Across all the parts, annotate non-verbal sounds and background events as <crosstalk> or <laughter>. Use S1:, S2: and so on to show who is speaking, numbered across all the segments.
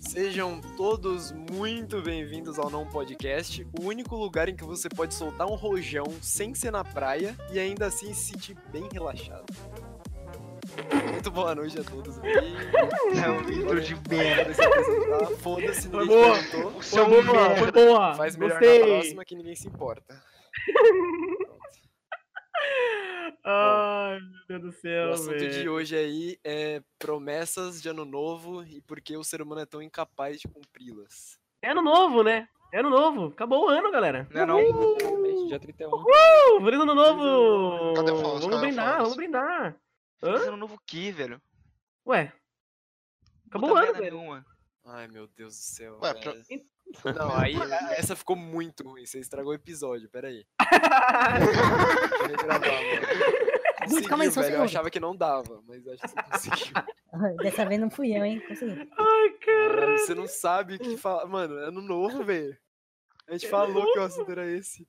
S1: Sejam todos muito bem-vindos ao Não Podcast, o único lugar em que você pode soltar um rojão sem ser na praia e ainda assim se sentir bem relaxado. Muito boa noite a todos.
S2: É um livro de merda.
S1: Foda-se, ninguém
S3: Boa.
S1: te perguntou.
S2: O
S3: Foi
S2: seu
S3: boa, foi boa.
S1: Faz melhor
S3: Gostei.
S1: na próxima que ninguém se importa.
S3: Ai, meu Deus do
S1: O
S3: céu,
S1: assunto de
S3: velho.
S1: hoje aí é promessas de ano novo e por que o ser humano é tão incapaz de cumpri-las.
S3: É Ano novo, né? É Ano novo. Acabou o ano, galera.
S2: Não é não?
S4: Exatamente, dia 31.
S3: Uh, feliz ano novo!
S5: Cadê o
S3: Vamos
S5: Fausto? Cadê o
S3: brindar,
S5: Fausto?
S3: vamos brindar.
S2: Esse
S3: Hã?
S2: ano um novo que, velho?
S3: Ué, acabou
S2: Puta
S3: o ano,
S2: merda
S3: velho.
S2: nenhuma.
S1: Ai, meu Deus do céu.
S5: Ué,
S1: velho.
S4: Então,
S1: Não,
S4: né?
S1: aí eh, essa ficou muito ruim. Você estragou o episódio,
S4: <laughs>
S1: peraí. Deixa eu regravar, mano. Conseguiu,
S4: calma aí, só um
S1: velho. Eu
S4: segundo.
S1: achava que não dava, mas acho que você conseguiu.
S4: <laughs> Dessa vez não fui eu, hein? Consegui.
S3: Ai, cara.
S1: Caralho, Você não sabe o
S4: <laughs>
S1: que falar. Mano, é ano novo, velho. A
S4: É
S1: gente falou que o assunto era esse.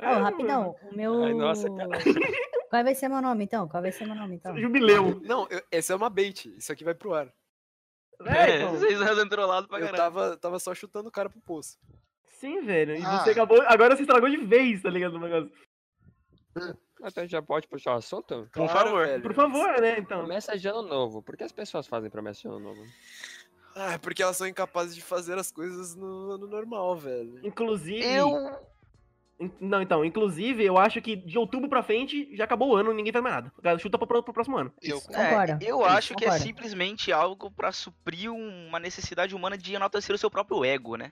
S4: Ó, rapidão, o meu. Ai, nossa, Qual vai ser meu nome então? Qual vai ser meu nome então?
S3: Jubileu.
S1: Não, eu- essa é uma bait. Isso aqui vai pro ar.
S3: É,
S2: É,
S3: então.
S2: vocês andam trollado pra
S1: Eu
S2: caralho.
S1: tava, tava só chutando o cara pro poço.
S3: Sim, velho. E
S5: Ah.
S3: você acabou. Agora você estragou de vez, tá ligado? No negócio.
S6: Até já pode puxar o assunto?
S2: Por
S1: Claro,
S2: favor.
S1: velho.
S3: Por favor, né? Então.
S6: Promessa de ano novo. Por que as pessoas fazem promessa de ano novo?
S1: Ah, é porque elas são incapazes de fazer as coisas no ano normal, velho.
S3: Inclusive.
S2: Eu.
S3: In- Não, então, inclusive, eu acho que de outubro pra frente já acabou o ano, ninguém faz mais nada. Cara, Chuta pro, pro- pro próximo ano.
S5: Eu,
S2: É,
S4: Concordo.
S2: eu acho que é
S4: concordo.
S2: simplesmente algo pra suprir uma necessidade humana de enaltecer o seu próprio ego, né?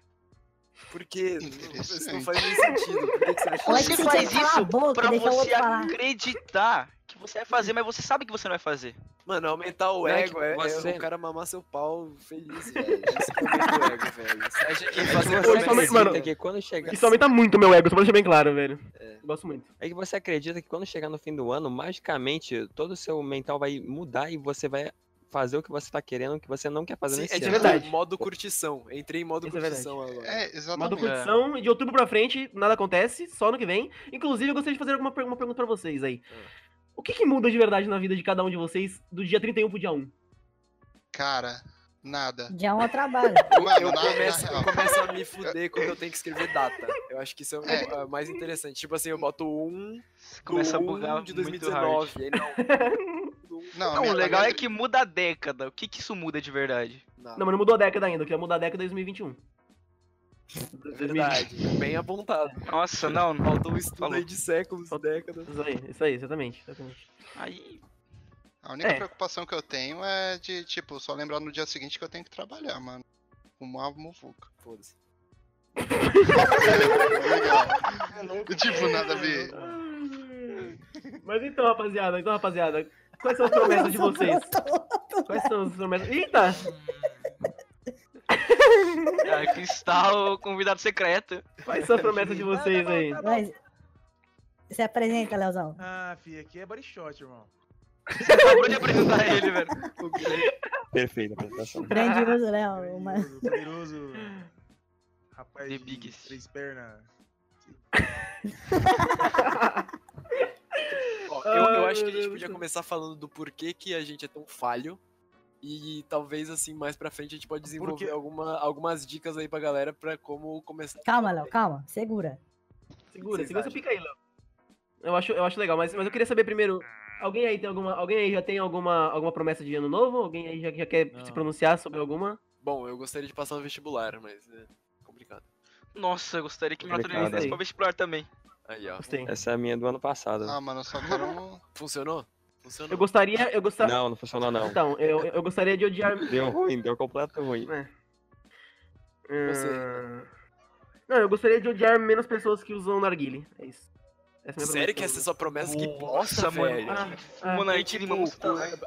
S1: Porque não- isso não
S5: Interessante.
S1: faz nem sentido. Por que que você acha
S4: Eu acho
S2: Você
S4: é que
S1: isso?
S4: tem
S2: faz
S4: que calar
S2: isso
S4: a boca
S2: Pra
S4: e deixar o
S2: você
S4: outro falar.
S2: acreditar que você vai fazer, mas você sabe que você não vai fazer.
S1: Mano, aumentar o
S6: Não é que
S1: ego é, é
S6: você-
S1: o cara mamar seu pau feliz, velho. É tipo, Isso que aumenta o ego, velho. <laughs> Você acha que fazer
S3: Você
S1: promessa-
S3: também- mano,
S6: É que quando chegar...
S3: Isso aumenta muito meu ego, só pra deixar bem claro, velho. Gosto muito.
S6: É que você acredita que quando chegar no fim do ano, magicamente, todo o seu mental vai mudar e você vai fazer o que você tá querendo, o que você não quer fazer
S1: Sim,
S6: nesse
S1: é
S6: ano.
S1: tipo
S3: verdade.
S1: modo curtição. Entrei em modo
S3: Isso é verdade.
S1: curtição agora.
S5: É,
S3: Mas do
S5: exatamente.
S3: curtição, e de outubro pra frente, nada acontece, só ano que vem. Inclusive, eu gostaria de fazer alguma per- uma pergunta pra vocês aí. O que, que muda de verdade na vida de cada um de vocês do dia 31 pro dia 1?
S5: Cara, nada.
S4: Já é um
S3: <laughs>
S4: trabalho.
S5: Mano,
S1: Eu
S5: na, na
S1: começo, eu
S5: real.
S1: começo a me fuder quando eu tenho que escrever data. Eu acho que isso é, o
S5: É.
S1: é o mais interessante. Tipo assim, eu boto um
S2: Começa a
S1: do
S2: bugar
S1: 1 de
S2: muito hard.
S1: 2019. Aí não,
S5: Não, a
S2: Não,
S5: minha-
S2: o
S5: a
S2: legal
S5: minha-
S2: é que muda a década. O que que isso muda de verdade?
S1: nada.
S3: Não, mas não mudou a década ainda, eu queria mudar a década em 2021.
S1: É verdade. Bem apontado.
S2: Nossa, não.
S1: Faltou um estudo
S2: Falou.
S1: aí de séculos, décadas.
S3: um. Isso aí, isso aí, exatamente. exatamente.
S2: Aí.
S5: A única
S3: É.
S5: preocupação que eu tenho é de, tipo, só lembrar no dia seguinte que eu tenho que trabalhar, mano. Uma
S1: <laughs>
S5: muvuca.
S1: Foda-se.
S5: Legal. <laughs> tipo, nada a ver.
S3: Mas então, rapaziada, então, rapaziada, quais são as
S4: <laughs>
S3: promessas de vocês? Quais são as promessas? Eita!
S2: Aqui está o é, convidado secreto.
S3: Quais
S7: <laughs>
S3: são as promessas de vocês aí?
S4: Mas... Se apresenta, Leozão.
S7: Ah, fi, aqui é body shot, irmão.
S2: Acabou de apresentar ele, velho.
S6: Perfeito, a apresentação.
S3: <laughs>
S4: Grandioso, Léo. Uma...
S7: Poderoso, <laughs> poderoso. Rapaz,
S2: The
S7: de
S2: biggest.
S7: três pernas.
S1: Ó, eu, eu
S3: Ai,
S1: acho que a gente
S3: meu Deus
S1: podia
S3: do céu.
S1: começar falando do porquê que a gente é tão falho. E talvez, assim, mais pra frente a gente pode desenvolver
S7: quê?
S1: alguma, algumas dicas aí pra galera pra como começar.
S4: Calma, Léo, calma. Segura.
S3: Segura,
S1: Vocês
S3: segura essa
S1: acham?
S3: pica aí, Léo. Eu acho, eu acho legal, mas, mas eu queria saber primeiro. Alguém aí tem alguma. Alguém aí já tem alguma, alguma promessa de ano novo? Alguém aí já, já quer se pronunciar sobre alguma?
S1: Bom, eu gostaria de passar no vestibular, mas é complicado.
S2: Nossa, eu gostaria que me
S6: Complicado,
S2: naturalizasse
S3: hein?
S2: pra vestibular também.
S1: Aí, ó.
S3: Gostei.
S6: Essa é a minha do ano passado.
S5: Ah, mano, eu só quero um.
S1: Funcionou? Funcionou.
S3: Eu gostaria. Eu gostaria.
S6: Não, não funcionou não.
S3: Então, eu, eu gostaria de odiar.
S6: Deu ruim, deu completo ruim.
S1: Você.
S3: Ah, Não, eu gostaria de odiar menos pessoas que usam narguile. É isso. Essa é a minha
S1: Sério
S3: promessa
S1: que
S3: de
S1: essa é
S3: ano
S1: sua promessa? Que bosta,
S2: Nossa, mano.
S1: velho.
S3: Ah,
S2: Mano, aí
S1: Tipo,
S2: tira mão.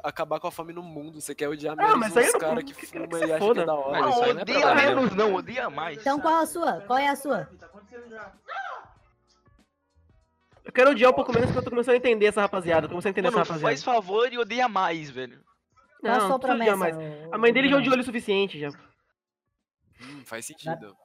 S1: a- acabar com a fome no mundo. Você quer odiar
S3: Ah,
S1: mesmo
S3: mas aí
S1: os
S3: eu-
S1: caras que
S3: que- que
S1: fumam
S3: se
S1: e acham que
S3: foda.
S1: é da hora.
S6: Ah, isso aí não é
S2: Odeia
S6: pra lá, né?
S2: menos, não, odeia mais.
S4: Então qual é a sua? Qual é a sua?
S3: novo. Eu quero odiar um pouco menos porque eu tô começando a entender essa rapaziada. Tô começando a entender
S2: Mano,
S3: essa rapaziada.
S2: faz favor e odeia mais, velho.
S4: Qual é a
S3: Não,
S4: sua
S3: não precisa odiar
S4: promessa?
S3: mais.
S4: ô-
S3: A mãe dele já
S4: Léo?
S3: odiou ele o suficiente já.
S1: Hum, faz sentido.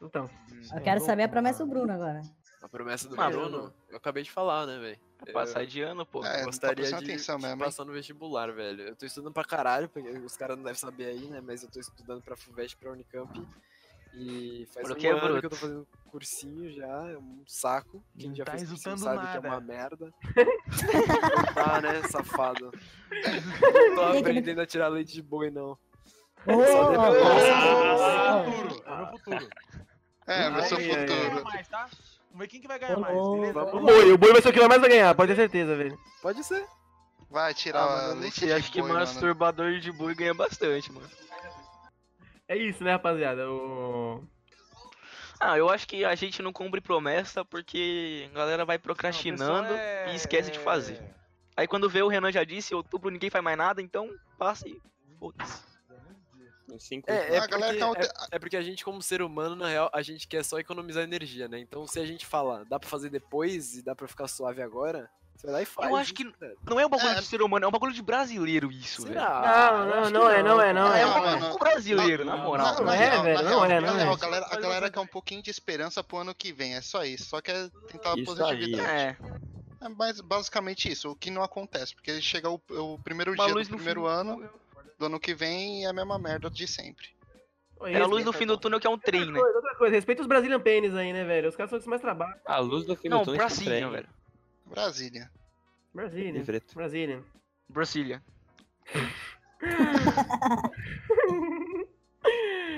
S3: Então.
S4: Hum,
S3: <laughs>
S4: Eu quero saber a promessa do Bruno agora.
S1: A promessa do
S2: Mano.
S1: Bruno, eu acabei de falar, né, velho?
S2: Passar de ano, pô. Ah,
S5: É, não tá
S1: gostaria
S5: prestando
S1: de,
S5: atenção
S1: de
S5: mesmo, hein?
S1: passar no vestibular, velho. Eu tô estudando pra caralho, porque os caras não devem saber aí, né? Mas eu tô estudando pra FUVEST, pra Unicamp. E faz
S2: Bruno
S1: um
S2: que é
S1: ano que
S2: bruto.
S1: eu tô fazendo cursinho já, é um saco. Quem
S7: Não
S1: já
S7: tá
S1: fez cursinho
S7: resultando
S1: sabe que é uma
S7: nada.
S1: <laughs> merda. Não tá, né, safado? <laughs> Não tô
S4: E aquele-
S1: aprendendo a tirar leite de boi, não.
S4: Ô,
S1: Só
S4: ó,
S1: depois.
S4: ó, ó, ó.
S7: É futuro, é o meu futuro.
S5: É, meu seu
S3: Ai, ai,
S7: Quem vai ganhar
S5: futuro.
S7: mais, tá? Vamos ver quem que vai ganhar
S4: Ô,
S7: mais, beleza?
S1: vamos
S3: O
S1: lá.
S3: boi, o boi vai ser o que vai mais vai ganhar, pode ter certeza, velho.
S1: Pode ser.
S5: Vai tirar
S2: Ah, mano, eu não
S5: leite
S2: sei,
S5: de
S2: acho que
S5: boi, mano.
S2: masturbador de boi ganha bastante, mano.
S3: É isso, né, rapaziada? O...
S2: Ah, eu acho que a gente não cumpre promessa porque a galera vai
S7: Não, o pessoal
S2: procrastinando
S7: é-
S2: e esquece de
S7: é-
S2: fazer. Aí quando vê, o Renan já disse, outubro ninguém faz mais nada, então passa e foda-se.
S6: Em cinco
S1: É, é,
S5: A galera
S1: porque,
S5: tá
S1: é-
S5: alter-
S1: é porque a gente, como ser humano, na real, a gente quer só economizar energia, né? Então, se a gente fala, dá pra fazer depois e dá pra ficar suave agora, você vai lá e faz.
S2: acho
S1: né,
S2: que-
S1: velho?
S2: Não é um bagulho
S5: É.
S2: de ser humano, é um bagulho de brasileiro isso, velho.
S1: Será?
S3: Não,
S1: Eu
S3: não,
S1: acho
S3: não
S1: que
S3: é, não é, não
S2: Ah,
S3: é.
S2: é um
S5: Não,
S2: bagulho
S5: mano.
S2: brasileiro, na
S7: Não,
S2: moral.
S3: não é, velho,
S5: na
S3: não
S5: real,
S3: é,
S5: na
S3: não
S5: real,
S3: é.
S5: A galera, a
S7: Mas
S5: galera
S7: você-
S5: quer um pouquinho de esperança pro ano que vem, é só isso. Só quer tentar
S6: Isso
S5: positividade.
S2: É,
S5: É mais basicamente isso, o que não acontece, porque chega o, o primeiro
S2: Uma
S5: dia
S2: luz
S5: do
S2: no
S5: primeiro
S2: fim do
S5: ano, do ano que vem, é a mesma merda de sempre.
S2: é a
S3: Isso,
S2: luz no fim do túnel que é um trem, né?
S3: outra coisa, outra coisa, respeita os Brazilian Pênis aí, né, velho? Os caras são os que mais trabalham.
S6: A luz do filme
S2: Não,
S6: do
S2: Brasília, velho.
S5: Brasília.
S3: Brasília.
S6: Livreto.
S3: Brasília.
S2: Brasília.
S3: <laughs>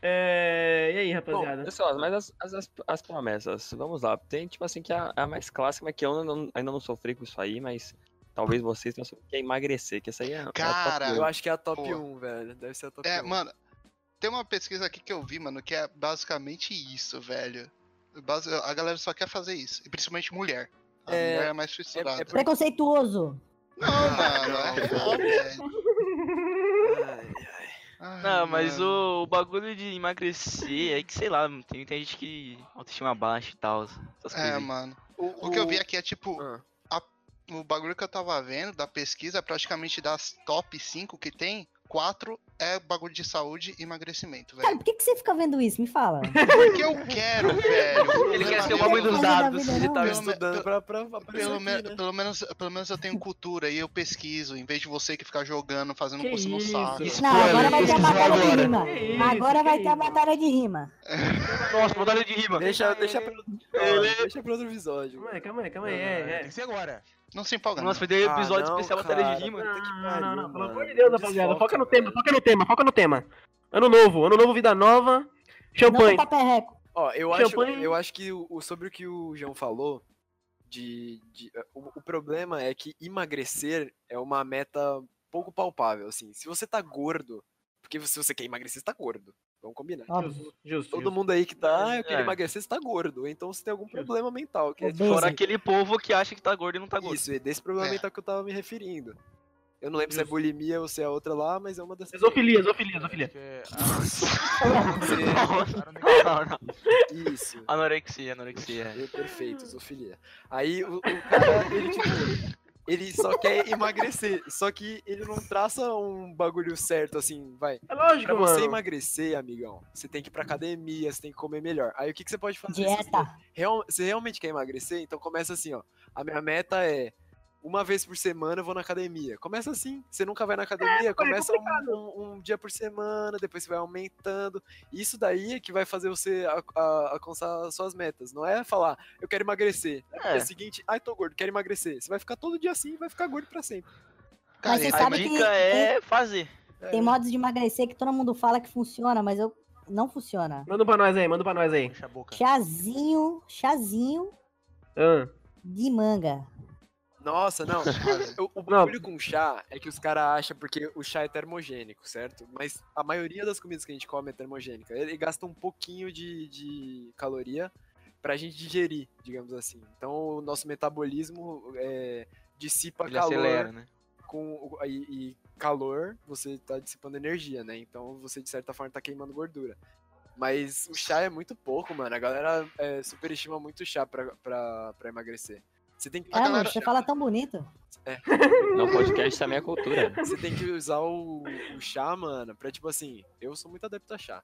S3: É, E aí,
S6: Bom,
S3: rapaziada?
S6: pessoal, mas as, as- as- as promessas, vamos lá. Tem, tipo assim, que a, a mais clássica, mas que eu não- ainda não sofri com isso aí, mas talvez vocês tenham sofrido, que é emagrecer, que essa aí é a- é a top
S5: Cara,
S6: one.
S1: Eu acho que é a top
S5: Pô.
S1: 1, velho. Deve ser a top
S5: É,
S1: 1.
S5: mano, tem uma pesquisa aqui que eu vi, mano, que é basicamente isso, velho. Basi- A galera só quer fazer isso, e principalmente mulher. A
S1: É,
S5: mulher é mais fissurada.
S1: é por-
S4: Preconceituoso.
S2: <laughs>
S5: Não, mano, é real, velho.
S1: Ai,
S5: Ai,
S2: Não, mas
S5: mano.
S2: o, o bagulho de emagrecer é que, sei lá, tem, tem gente que autoestima baixa e tal. Essas
S5: É,
S2: coisas.
S5: mano. O que eu vi aqui é tipo,
S1: Ah.
S5: a- o bagulho que eu tava vendo da pesquisa, praticamente das top 5 que tem, 4 é bagulho de saúde e emagrecimento,
S4: Cara, <laughs>
S5: velho.
S4: por que, que você fica vendo isso? Me fala.
S5: Porque eu quero, velho.
S2: Ele quer ser o
S5: Pelo
S2: bagulho dos
S4: Coisa
S5: menos-
S4: da
S2: dados.
S4: vida,
S1: Ele tá
S4: não.
S1: tava
S5: pelo me-
S1: estudando
S5: pelo-
S1: pra, pra aparecer
S5: Pelo,
S1: aqui,
S5: me-
S1: né?
S5: pelo menos, pelo menos eu tenho cultura e eu pesquiso, em vez de você que ficar jogando, fazendo
S3: Que
S5: curso no
S3: isso?
S5: saco.
S3: Isso.
S4: Não, agora
S2: Olha,
S4: vai ter a
S2: pesquisou
S4: batalha de
S2: agora.
S4: rima.
S3: Que isso,
S4: Agora
S3: que
S4: vai ter a
S3: isso.
S4: batalha de rima.
S2: Nossa, batalha de rima.
S3: é
S1: Deixa, deixa, pra, outro episódio, deixa pra outro episódio.
S3: Calma aí, calma aí, calma aí.
S7: Não, não, não,
S3: É,
S7: Tem
S3: é.
S7: que ser agora.
S5: Não se empolga,
S2: Nossa,
S5: não.
S2: vai
S3: um
S2: ter
S1: Ah,
S2: episódio
S1: não,
S2: especial batalha
S1: cara.
S2: de rima.
S1: Puta que
S3: Não, não, não,
S1: pariu,
S3: pelo amor de
S1: Ah, mano.
S3: Deus, rapaziada.
S1: Desfoca,
S3: Foca no
S1: velho.
S3: tema, foca no tema, foca no tema. Ano novo, ano novo, vida nova.
S4: Não
S3: Champanhe.
S4: tá perreco.
S1: Ó, eu acho,
S3: Champanhe.
S1: eu acho que o, o- sobre o que o João falou, de, de- eh, o, o problema é que emagrecer é uma meta pouco palpável, assim. Se você tá gordo, porque se você quer emagrecer, você tá gordo. Vamos combinar.
S4: Óbvio.
S3: Justo.
S1: Todo
S3: justo.
S1: mundo aí que tá, ah, eu quero
S2: É.
S1: emagrecer, você tá gordo. Então você tem algum problema mental. Que é, tipo,
S4: Obeso.
S2: Fora
S1: assim,
S2: aquele povo que acha que tá gordo e não tá gordo.
S1: Isso, é desse problema
S5: É.
S1: mental que eu tava me referindo. Eu não lembro se é
S3: Justo.
S1: bulimia ou se é outra lá, mas é uma dessas.
S3: Esofilia, esofilia, esofilia.
S2: <laughs>
S7: Acho que é-
S2: Nossa. é,
S7: Ah,
S2: <laughs> Não, não.
S1: é Isso. É,
S2: Anorexia, anorexia.
S1: Eu, perfeito, zoofilia. Aí o, o cara, ele, tipo, ele só quer emagrecer. Só que ele não traça um bagulho certo, assim, vai.
S3: É lógico,
S1: Pra
S3: mano.
S1: você emagrecer, amigão, você tem que ir pra academia, você tem que comer melhor. Aí o que, que você pode fazer? Se Você,
S4: Dieta.
S1: real- você realmente quer emagrecer? Então começa assim, ó. A minha meta é. Uma vez por semana eu vou na academia. Começa assim. Você nunca vai na academia, começa um- um, um dia por semana, depois você vai aumentando. Isso daí é que vai fazer você a- a- alcançar as suas metas. Não é falar, eu quero emagrecer. É.
S2: É.
S1: seguinte, ai, tô gordo, quero emagrecer. Você vai ficar todo dia assim e vai ficar gordo pra sempre.
S5: Cara,
S4: você
S5: é-
S2: A
S4: sabe que-
S2: dica é fazer.
S4: Tem
S1: É,
S4: modos de emagrecer que todo mundo fala que funciona, mas eu não funciona.
S3: Manda um pra nós aí, manda pra nós aí.
S7: Fecha a boca.
S4: Chazinho, chazinho
S3: Ah,
S4: de manga.
S1: Nossa, não. O, o
S3: Não.
S1: bagulho com chá é que os caras acham porque o chá é termogênico, certo? Mas a maioria das comidas que a gente come é termogênica. Ele gasta um pouquinho de, de caloria pra gente digerir, digamos assim. Então o nosso metabolismo é, dissipa
S2: Ele
S1: calor.
S2: acelera, né?
S1: com o- e, e calor, você tá dissipando energia, né? Então você, de certa forma, tá queimando gordura. Mas o chá é muito pouco, mano. A galera é, superestima muito o chá pra, pra, pra emagrecer. Você tem que
S5: A
S4: Cara,
S5: galera-
S4: É, Tá, você fala tão bonito.
S6: Não, podcast também é cultura.
S1: você tem que usar o, o chá, mano, pra tipo assim, eu sou muito adepto a chá.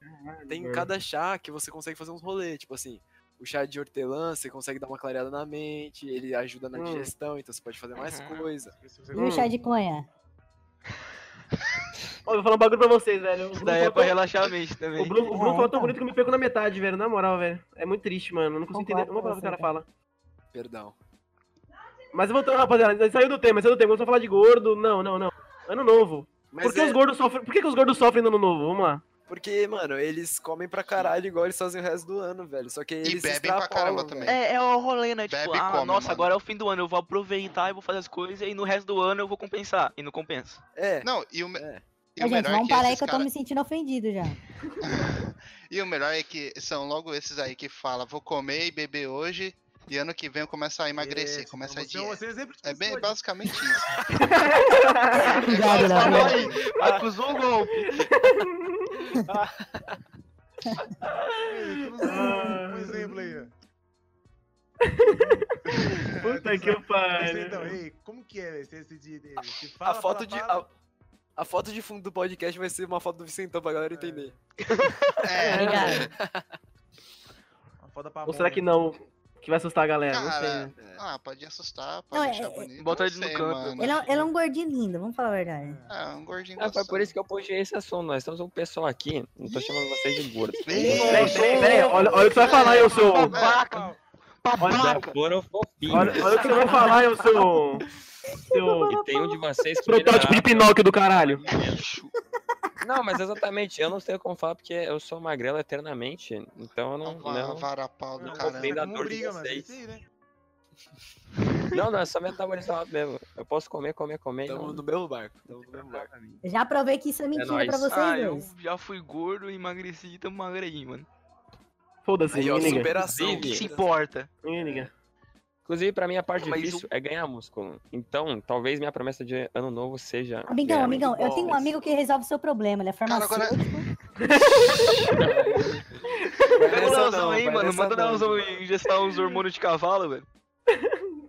S1: Tem
S3: mano.
S1: cada chá que você consegue fazer uns rolês, tipo assim, O chá de hortelã, você consegue dar uma clareada na mente, ele ajuda na
S3: Hum.
S1: digestão, então você pode fazer mais
S2: Uhum.
S1: coisa.
S4: E o chá de conha?
S3: Ó, eu vou falar um bagulho pra vocês, velho. O
S2: Isso
S3: Bruno
S2: daí é
S3: falou
S2: pra
S3: tão-
S2: relaxar a mente também.
S3: O Bruno, o Bruno falou tão bonito que eu me perco na metade, velho. Na moral, velho. É muito triste, mano. Eu não consigo
S4: Concordo
S3: entender uma
S4: com
S3: palavra que o cara
S4: você,
S3: fala.
S1: Perdão.
S3: Mas voltando, rapaziada, saiu do tema, saiu do tema. Vamos só falar de gordo. Não, não, não. Ano novo.
S1: Mas
S3: Por que,
S1: é
S3: os gordos sofrem, por que, que os gordos sofrem no ano novo? Vamos lá.
S1: porque, mano, eles comem pra caralho igual eles fazem o resto do ano, velho. Só que eles se
S5: bebem pra
S1: extrapolam,
S5: caramba
S1: velho.
S5: também.
S2: É, é o rolê, né? Tipo,
S5: Bebe e
S2: ah,
S5: come,
S2: nossa,
S5: mano.
S2: agora é o fim do ano, eu vou aproveitar e vou fazer as coisas e no resto do ano eu vou compensar. E não compensa.
S1: É.
S5: Não, e o, me-
S1: É.
S5: e
S4: Ô,
S5: o
S4: gente,
S5: melhor é
S4: vamos
S5: que
S4: parar aí
S5: esses
S4: que eu tô
S5: cara-
S4: me sentindo ofendido já.
S5: E o melhor é que são logo esses aí que falam, vou comer e beber hoje, e ano que vem eu começo a emagrecer,
S1: Isso,
S5: começa a
S7: Você,
S5: dieta.
S7: você é exemplo de
S5: É bem,
S7: pessoa,
S5: basicamente isso.
S4: Obrigado, Gabriel.
S2: Acusou o golpe.
S7: gente. Um exemplo aí. ó.
S3: Puta que eu
S7: Esse aí, então,
S3: pariu.
S7: ei, como que é esse, esse dia dele? Se
S1: A
S7: fala,
S1: foto,
S7: fala,
S1: de,
S7: fala.
S1: a, a foto de fundo do podcast vai ser uma foto do Vicentão pra galera entender.
S5: É,
S4: Obrigado.
S7: Uma foto pra
S3: Ou será que não? Que vai assustar a galera, não sei. né?
S5: cara. Ah, pode assustar, pode
S4: Não, é-
S5: deixar
S4: é-
S5: bonito.
S2: Bota
S5: não
S2: ele no
S5: sei,
S2: canto.
S5: mano.
S4: Ele é, ele é um gordinho lindo, vamos falar a verdade.
S5: Ah, um gordinho
S6: Ah, foi
S5: gostoso.
S6: por isso que eu puxei esse assunto. Nós temos um pessoal aqui, não tô chamando vocês de gordo.
S5: Ei,
S6: é
S3: Peraí, peraí, peraí, olha, olha o que você vai falar, eu sou. Olha,
S2: Babaca.
S6: Já
S2: Babaca.
S6: foram
S3: olha
S6: fofinhos.
S3: o que você vai falar, eu sou. Seu
S6: E tem um de vocês que.
S3: protótipo de
S6: vira-
S3: Pinóquio do caralho.
S6: Não, mas exatamente, eu não sei como falar, porque eu sou magrelo eternamente. Então eu
S5: Uma
S6: não. Não,
S5: varapau do
S6: Não,
S5: caramba.
S6: ofenda-
S7: Não
S6: dor de
S7: briga, mano.
S6: vocês.
S7: Esse aí, né?
S6: não, não, é só metabolizar rápido mesmo. Eu posso comer, comer, comer. e
S1: Tamo
S6: Não...
S1: no mesmo barco. Tamo no mesmo barco.
S4: Já provei que isso é mentira
S6: nóis.
S4: pra vocês
S2: Ah, eu
S4: dois.
S2: já fui gordo, emagreci e tamo magrinho, mano.
S3: Foda-se,
S1: Aí, ó,
S3: ninguém liga.
S1: superação.
S2: O que se
S1: superação.
S2: importa?
S3: Ninguém liga.
S6: Inclusive, pra mim, a parte
S2: Mas
S6: difícil é ganhar músculo. Então, talvez minha promessa de ano novo seja.
S4: Amigão,
S6: ganhar
S4: amigão, eu
S1: bom,
S4: tenho um
S6: mas-
S4: amigo que resolve o seu problema, ele é
S5: Cara, agora-
S4: farmacêutico.
S1: Vai
S2: Pega o
S1: nessa
S2: Leozão
S1: não,
S2: um aí,
S1: vai
S2: mano.
S1: nessa
S2: Manda o
S1: não,
S2: Leozão
S1: gente.
S2: ingestar uns hormônios de cavalo, velho.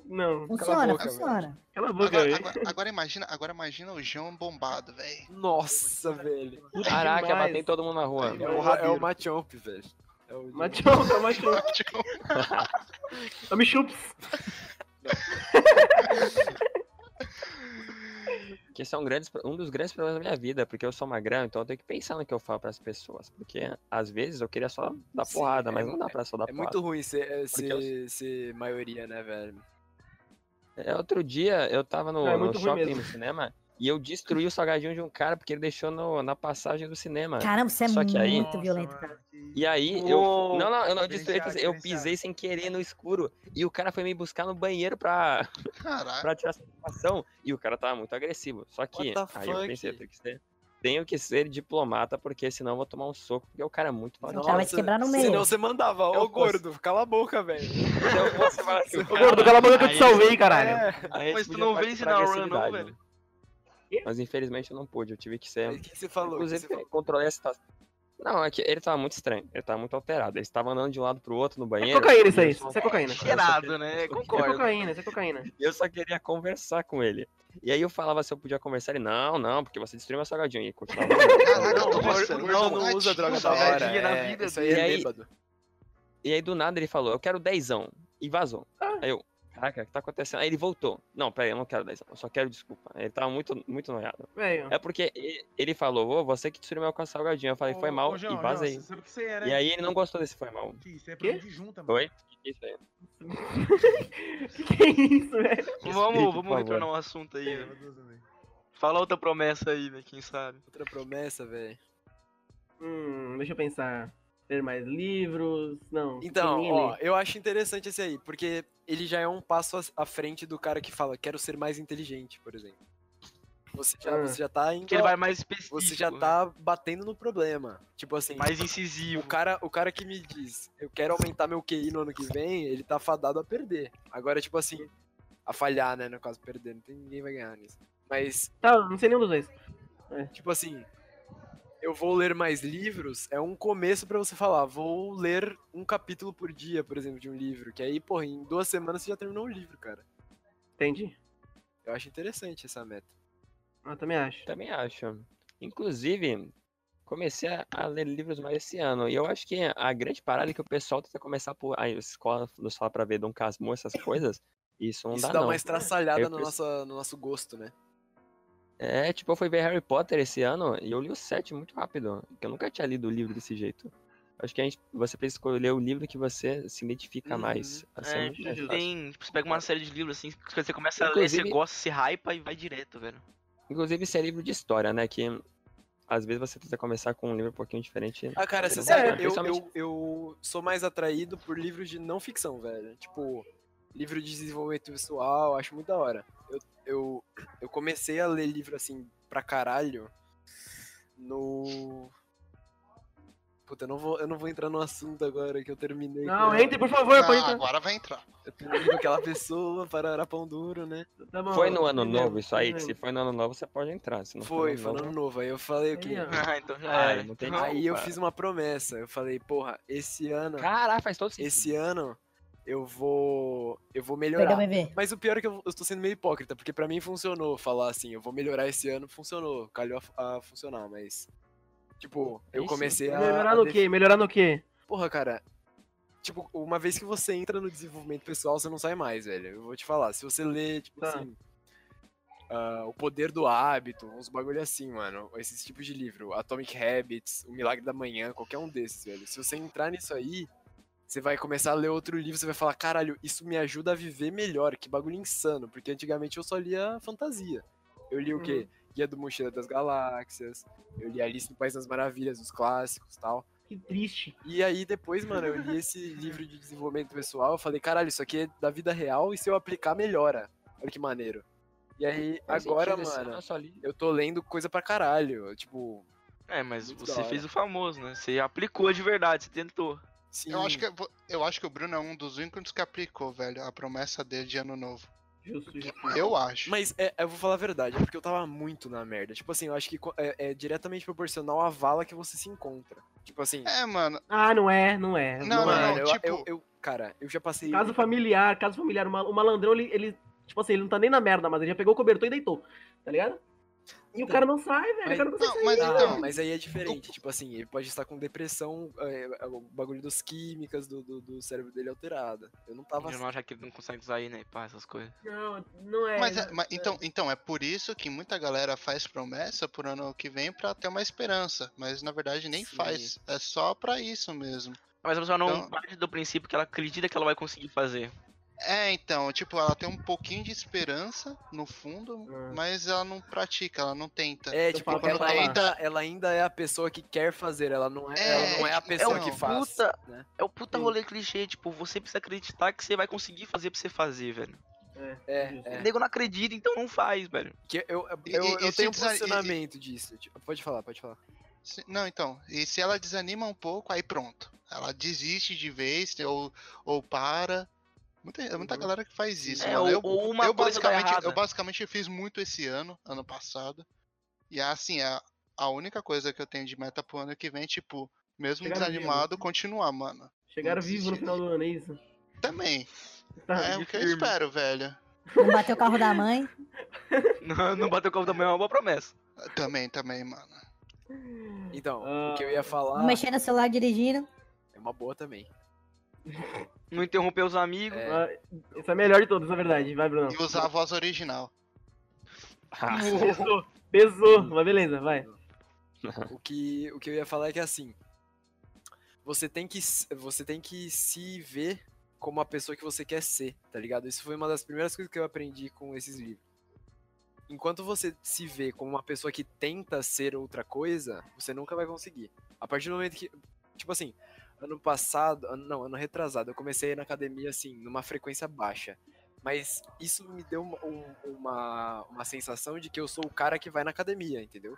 S3: Não,
S1: Cala a
S4: Funciona,
S1: boca, velho.
S4: funciona.
S3: cala a boca,
S5: Agora,
S3: velho.
S5: agora- agora imagina, agora imagina o João bombado, velho. <laughs>
S1: Nossa, velho.
S3: Puta
S6: Caraca,
S3: demais.
S6: matei todo mundo na rua.
S1: É o, é o Machomp, velho. É o-
S3: Machuca, machuca.
S5: Tipo,
S3: Tome chups.
S6: Que são grandes, pro- um dos grandes problemas da minha vida, porque eu sou magrão, então eu tenho que pensar no que eu falo pras pessoas. Porque às vezes eu queria só dar
S1: Sim,
S6: porrada,
S1: é
S6: mas não
S1: mu-
S6: dá pra só dar
S1: É
S6: porrada.
S1: muito ruim ser, é,
S6: Porque eu-
S1: ser, ser maioria, né, velho?
S6: É, outro dia eu tava no,
S3: É, é
S6: no
S3: muito ruim
S6: shopping,
S3: mesmo.
S6: no cinema, e eu destruí o salgadinho de um cara porque ele deixou no- na passagem do cinema.
S4: Caramba, você é
S6: Só que aí-
S4: muito violento, cara.
S7: mano, que-
S6: E aí,
S2: Uou,
S6: eu. Não, não, eu não destruí,
S7: diferenciado,
S6: tipo assim, eu
S7: diferenciado.
S6: pisei sem querer no escuro. E o cara foi me buscar no banheiro pra,
S5: Caralho.
S2: Ah.
S6: pra tirar satisfação. E o cara tava muito agressivo. Só que.
S1: What the
S6: Aí eu
S1: fuck?
S6: pensei, eu tenho que ser. Tenho que ser diplomata, porque senão eu vou tomar um soco, porque o cara é muito
S4: Não,
S6: valente.
S4: cara vai te quebrar no meio.
S1: Senão você mandava, ô
S6: Eu posso.
S1: gordo, cala a boca, velho.
S6: Eu vou falar assim, o
S3: Ô,
S6: cara-
S3: gordo, cala a boca que eu te
S2: Aí-
S3: salvei, caralho.
S1: É.
S6: aí
S2: Mas
S6: esse
S2: tu
S6: podia
S2: não
S6: partir
S2: vence
S6: pra
S2: na hora não,
S6: agressividade.
S2: velho?
S6: Mas infelizmente eu não pude, eu tive que ser
S1: Aí, É, O que que você falou? O que
S6: Inclusive,
S1: você falou?
S6: controlei a situação. Não, é que ele tava muito estranho, ele tava muito alterado. Ele estava andando de um lado pro outro no banheiro.
S3: cocaína isso
S6: e eu
S3: aí,
S6: só-
S3: isso é cocaína.
S6: eu só
S2: Cheirado,
S6: queria-
S2: <laughs> né?
S3: Isso é
S2: Concordo.
S3: cocaína, isso é cocaína.
S6: Eu só queria conversar com ele. E aí eu falava se eu podia conversar, ele, não, não, porque você destruiu meu salgadinho. E continuava.
S5: Caraca, eu tô
S2: Não,
S5: gostando.
S2: gordo não
S5: do
S1: Não usa
S5: latinho,
S1: droga da
S5: velho.
S1: hora.
S2: Dia na
S1: É,
S2: vida
S1: isso aí
S6: dele. E
S1: é
S6: aí-
S1: bêbado.
S6: E aí do nada ele falou, eu quero dezão. E vazou.
S7: Ah.
S6: Aí eu, caraca, o que tá acontecendo? Aí ele voltou. Não, peraí, eu não quero dezão, eu só quero desculpa. Ele tava muito, muito noiado.
S3: Velho.
S7: Ah.
S6: É porque e- ele falou, ô, você que destruiu meu salgadinho. Eu falei,
S7: Ô,
S6: foi mal,
S7: ô, João,
S6: e
S7: João,
S6: vazei.
S7: você sabe o que você é, né?
S6: E aí ele não gostou desse foi mal.
S7: Fih, Você é
S3: Quê?
S7: pra de junta, mano.
S6: Oi? O que é isso aí? É
S3: <laughs> Que isso, velho?
S6: Explica,
S2: Vamos,
S6: por
S2: vamos
S6: favor.
S2: retornar ao assunto aí, velho.
S7: Meu Deus do céu.
S2: Fala outra promessa aí, velho, quem sabe.
S1: Outra promessa, velho.
S3: Hum, deixa eu pensar. Ler mais livros. Não.
S1: Então,
S3: menino.
S1: ó, eu acho interessante esse aí, porque ele já é um passo à- à frente do cara que fala, quero ser mais inteligente, por exemplo. Você já,
S3: Ah.
S1: você já tá indo.
S2: Que ele vai mais específico.
S1: Você já
S6: Tipo,
S2: né?
S1: tá batendo no problema. Tipo assim,
S2: mais
S1: o
S2: incisivo.
S1: cara, o cara que me diz, eu quero aumentar meu QI no ano que vem, ele tá fadado a perder. Agora, tipo assim, a falhar, né? No caso, perder. Não tem, ninguém vai ganhar nisso. Mas
S3: Tá, não sei nenhum dos dois.
S1: Tipo assim, eu vou ler mais livros, é um começo pra você falar, vou ler um capítulo por dia, por exemplo, de um livro. Que aí, porra, em duas semanas você já terminou o livro, cara.
S3: Entendi.
S1: Eu acho interessante essa meta.
S3: Eu também acho.
S6: Também acho. Inclusive, comecei a- a ler livros mais esse ano. E eu acho que a grande parada é que o pessoal tenta começar por. A escola nos fala pra ver Dom Casmurro, essas coisas. e Isso não
S1: Isso
S6: dá,
S1: dá
S6: não.
S1: uma estraçalhada
S6: Eu
S1: na
S6: perce-
S1: nossa, no nosso gosto, né?
S6: É, tipo, eu fui ver Harry Potter esse ano e eu li os sete muito rápido. Que eu nunca tinha lido o livro desse jeito. Acho que a gente, você precisa escolher o livro que você se identifica
S1: Uhum.
S6: mais. Assim, é
S2: É,
S6: muito mais
S2: tipo,
S6: fácil.
S2: tem, tipo, você pega uma série de livros assim, que quando você começa a ler, você
S6: Inclusive-
S2: gosta, você hypa e vai direto, velho.
S6: Inclusive, esse é livro de história, né? Que às vezes você tenta começar com um livro um pouquinho diferente.
S1: Ah, cara, você
S6: É,
S1: sabe, eu,
S6: principalmente-
S1: eu, eu sou mais atraído por livros de não ficção, velho. Tipo, livro de desenvolvimento pessoal, acho muito da hora. Eu, eu, eu comecei a ler livro, assim, pra caralho no... Puta, eu não vou, eu não vou entrar no assunto agora que eu terminei.
S3: Não,
S1: com-
S3: entre, por favor, pode
S5: Ah,
S3: entrar.
S5: agora vai entrar.
S1: Eu terminei com aquela pessoa, para pão duro, né?
S3: Tá bom.
S6: Foi no ano
S3: Entendeu?
S6: novo isso aí? que Se
S3: Entendeu?
S6: foi no ano novo, você pode entrar. Se não
S1: Foi,
S6: no
S1: foi no
S6: ano
S1: ano novo. Aí eu falei que.
S3: Aí, ó.
S6: <laughs>
S2: Ah, então já
S6: Ah,
S2: era.
S6: não tem
S2: Então,
S6: como.
S1: Aí eu
S6: cara.
S1: fiz uma promessa. Eu falei, porra, esse ano,
S6: Caralho, faz todo sentido.
S1: esse ano eu vou, eu vou melhorar.
S4: Perdeu o bebê.
S1: Mas o pior é que eu, eu tô sendo meio hipócrita, porque pra mim funcionou falar assim, eu vou melhorar esse ano, funcionou, calhou a, a funcionar, mas tipo, eu
S6: Isso.
S1: comecei a
S3: Melhorar
S1: a
S3: no
S6: Ah,
S1: def-
S3: quê? Melhorar no quê?
S1: Porra, cara. Tipo, uma vez que você entra no desenvolvimento pessoal, você não sai mais, velho. Eu vou te falar. Se você lê, tipo
S3: Tá.
S1: assim. ah, o Poder do Hábito, uns bagulho assim, mano. Esses tipos de livro. Atomic Habits, O Milagre da Manhã, qualquer um desses, velho. Se você entrar nisso aí, você vai começar a ler outro livro, você vai falar, caralho, isso me ajuda a viver melhor. Que bagulho insano. Porque antigamente eu só lia fantasia. Eu li o quê? Guia do Mochila das Galáxias. Eu li Alice no País das Maravilhas, os clássicos e tal.
S3: Que triste.
S1: E aí depois, mano, eu li
S6: <laughs>
S1: esse livro de desenvolvimento pessoal, eu falei, caralho, isso aqui é da vida real e se eu aplicar, melhora. Olha que maneiro. E aí,
S6: Faz
S1: agora,
S6: sentido, esse ano
S1: mano,
S6: eu só
S1: <laughs>
S6: li-
S1: eu tô lendo coisa pra caralho. Tipo,
S2: É, mas
S1: Muito
S2: você
S1: da
S2: fez
S1: hora.
S2: o famoso, né? Você aplicou de verdade, você tentou.
S1: sim.
S5: Eu acho, que, eu acho que o Bruno é um dos únicos que aplicou, velho, a promessa dele de ano novo.
S3: Justo, justo.
S5: Eu acho.
S1: Mas é, eu vou falar a verdade, é porque eu tava muito na merda. Tipo assim, eu acho que co- é, é diretamente proporcional à vala que você se encontra. Tipo assim,
S5: É, mano.
S3: Ah, não é, não é.
S5: Não, não,
S1: mano,
S5: não,
S1: eu,
S5: tipo-
S1: eu, eu- Cara, eu já passei.
S3: Caso familiar, caso familiar. O ma- o malandrão, ele, ele, tipo assim, ele não tá nem na merda, mas ele já pegou o cobertor e deitou, tá ligado? E o cara não sai, velho. O cara não
S5: Não,
S3: consegue
S5: Tá. mas
S3: sair.
S1: Ah,
S5: então.
S1: mas aí é diferente, tipo assim, ele pode estar com depressão, é, o bagulho dos químicas do, do, do cérebro dele alterado. Eu não tava
S2: Em geral, já que ele não consegue sair, né? Pá, essas coisas.
S3: Não, não é.
S5: Mas,
S1: né?
S5: é- mas- então, então, é por isso que muita galera faz promessa pro ano que vem pra ter uma esperança. Mas na verdade nem
S1: Sim.
S5: faz. É só pra isso mesmo.
S2: Ah, Mas a pessoa não
S5: Então-
S2: parte do princípio que ela acredita que ela vai conseguir fazer.
S5: É, então, tipo, ela tem um pouquinho de esperança no fundo,
S3: Ah.
S5: mas ela não pratica, ela não tenta.
S1: Hum. É,
S3: Eu
S1: tipo,
S3: falo pra
S1: ela
S3: falar.
S1: ainda, ela ainda é a pessoa que quer fazer, ela não é, ela não é a
S5: É,
S1: pessoa
S5: é um
S1: que faz.
S2: puta-
S1: né?
S2: É o puta
S3: Sim.
S2: rolê clichê, tipo, você precisa acreditar que você vai conseguir fazer pra você fazer, velho.
S1: É,
S2: O
S1: é.
S2: nego não acredita, então não faz, velho.
S1: Que eu, eu,
S5: E-
S1: eu,
S5: e-
S1: eu
S5: e se
S1: tenho um
S5: desa- e- e-
S1: posicionamento disso. tipo, Pode falar, pode falar.
S5: Se- Não, então, e se ela desanima um pouco, aí pronto. Ela desiste de vez, ou, ou para. Muita, é
S1: Uhum.
S5: muita galera que faz isso.
S2: É,
S5: mano.
S2: ou,
S5: eu,
S2: ou uma
S5: eu
S2: coisa tá
S5: basicamente, eu
S2: errada.
S5: basicamente fiz muito esse ano, ano passado. E assim, a, a única coisa que eu tenho de meta pro ano que vem, tipo, mesmo
S3: Chegar no nível.
S5: desanimado, continuar, mano.
S3: Chegaram vivos no final do ano, é isso?
S5: Também.
S3: Tá.
S5: é o que eu espero, velho.
S4: Não bateu o carro da mãe.
S2: <laughs> Não, não bater o copo da manhã é uma boa promessa.
S5: Também, também, mano. Hum.
S1: Então,
S3: Ah.
S1: o que eu ia falar
S4: Não mexer no celular dirigindo.
S1: é uma boa também.
S2: Não interromper os amigos.
S1: É.
S3: Ah, Essa é a melhor de todas, na verdade. Vai, Bruno.
S5: E usar a voz original.
S3: Pesou, pesou. Mas beleza, vai.
S1: O que, o que eu ia falar é que assim, você tem que, s- você tem que se ver como a pessoa que você quer ser, tá ligado? Isso foi uma das primeiras coisas que eu aprendi com esses livros. Enquanto você se vê como uma pessoa que tenta ser outra coisa, você nunca vai conseguir. A partir do momento que, tipo assim, ano passado, ano- não, ano retrasado, eu comecei a ir na academia assim, numa frequência baixa. Mas isso me deu uma, um- uma, uma sensação de que eu sou o cara que vai na academia, entendeu?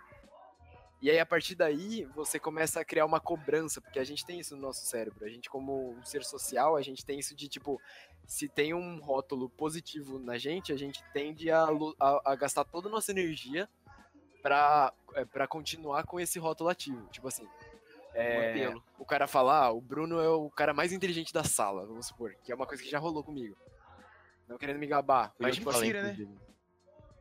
S1: E aí, a partir daí, você começa a criar uma cobrança, porque a gente tem isso no nosso cérebro. A gente, como um ser social, a gente tem isso de tipo, se tem um rótulo positivo na gente, a gente tende a, lu- a- a gastar toda a nossa energia pra, é, pra continuar com esse rótulo ativo. Tipo assim. é,
S2: Mantê-lo.
S1: o cara fala, ah, o Bruno é o cara mais inteligente da sala, vamos supor, que é uma coisa que já rolou comigo. Não querendo me gabar,
S6: Foi eu
S1: mas
S6: que
S1: tipo
S6: falei,
S1: assim,
S7: né?
S6: inclusive.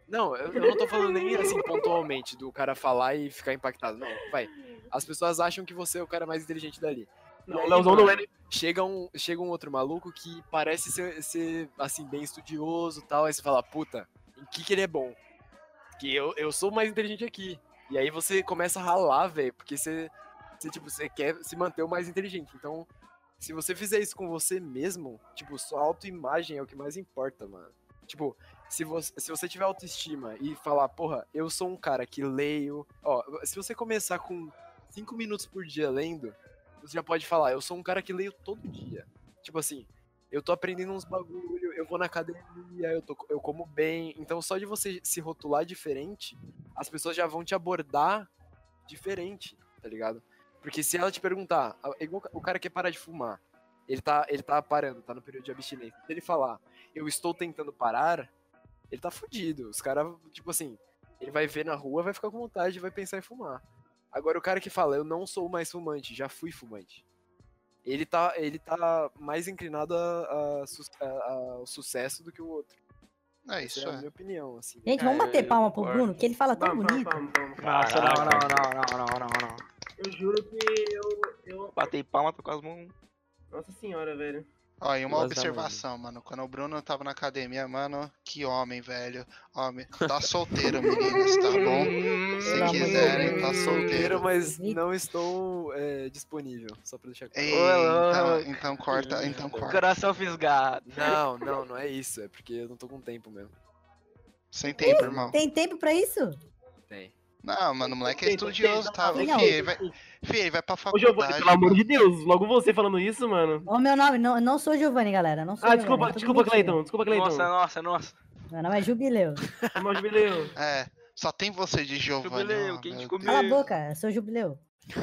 S1: não, eu, eu não tô falando nem assim pontualmente do cara falar e ficar impactado. Não, vai. As pessoas acham que você é o cara mais inteligente dali.
S3: Não, o Leozão não é nem
S1: Chega um, chega um outro maluco que parece ser, ser, assim, bem estudioso e tal. Aí você fala, puta, em que que ele é bom? Que eu, eu sou o mais inteligente aqui. E aí você começa a ralar, velho, porque você, você, tipo, você quer se manter o mais inteligente. Então, se você fizer isso com você mesmo, tipo, sua autoimagem é o que mais importa, mano. Tipo, se você, se você tiver autoestima e falar, porra, eu sou um cara que leio. Ó, se você começar com 5 minutos por dia lendo, você já pode falar, eu sou um cara que leio todo dia. Tipo assim, eu tô aprendendo uns bagulho, eu vou na academia, eu, tô, eu como bem. Então, só de você se rotular diferente, as pessoas já vão te abordar diferente, tá ligado? Porque se ela te perguntar, a- é igual o cara quer parar de fumar, ele tá, ele tá parando, tá no período de abstinência. Se ele falar, eu estou tentando parar, ele tá fudido. Os caras, tipo assim, ele vai ver na rua, vai ficar com vontade, vai pensar em fumar. Agora o cara que fala, eu não sou mais fumante, já fui fumante. Ele tá, ele tá mais inclinado a- a su- a- a- ao sucesso do que o outro.
S5: É
S1: Essa
S5: isso,
S1: é a
S5: é.
S1: minha opinião, assim.
S4: Gente, vamos
S2: É,
S4: bater
S2: eu
S4: palma pro
S2: concordo.
S4: Bruno, que ele fala Tá tão
S3: Vamos,
S4: bonito.
S3: vamos, vamos, vamos.
S6: ah,
S2: Nossa, não,
S6: Caraca.
S2: não, não, não, não, não, não.
S3: Eu juro que eu. eu...
S2: Batei palma, tô com as mãos.
S3: Nossa senhora, velho.
S5: Ó, e uma
S6: Duas da
S5: observação, mano. Quando o Bruno tava na academia, mano, que homem, velho. Homem. Tá solteiro, meninas, tá
S2: <laughs>
S5: bom?
S1: Pelo
S5: Se
S1: amor de
S5: quiserem,
S1: Deus.
S5: tá
S4: Hum.
S5: solteiro.
S1: Solteiro, mas
S4: Vic.
S1: não estou é, disponível, só pra deixar claro.
S5: Ei,
S2: Olá.
S5: então, então corta, então corta.
S2: Coração fisgado.
S1: Não, não, não é isso. É porque eu não tô com tempo mesmo.
S5: Sem tempo, irmão.
S4: Tem tempo pra isso?
S1: Tem.
S5: Não, mano, o moleque é
S3: Tem, tem,
S5: estudioso, tá?
S4: tem,
S5: Fih,
S4: não.
S5: ele vai, fih, ele vai pra
S3: Ô, Giovanni,
S5: faculdade.
S3: pelo amor de Deus, logo você falando isso, mano.
S4: Ó, meu nome, não, não sou Giovanni, galera. Não sou
S3: Ah,
S4: Giovanni,
S3: desculpa,
S4: tá tudo
S3: desculpa,
S4: mentira.
S3: Cleiton. Desculpa, Cleiton.
S2: Nossa, nossa, nossa.
S4: Meu nome é Jubileu.
S3: Irmão Jubileu.
S5: É, só tem você de Giovanni.
S2: Jubileu,
S5: ó,
S2: quem te
S5: meu
S2: comeu?
S4: Cala a boca, eu sou Jubileu.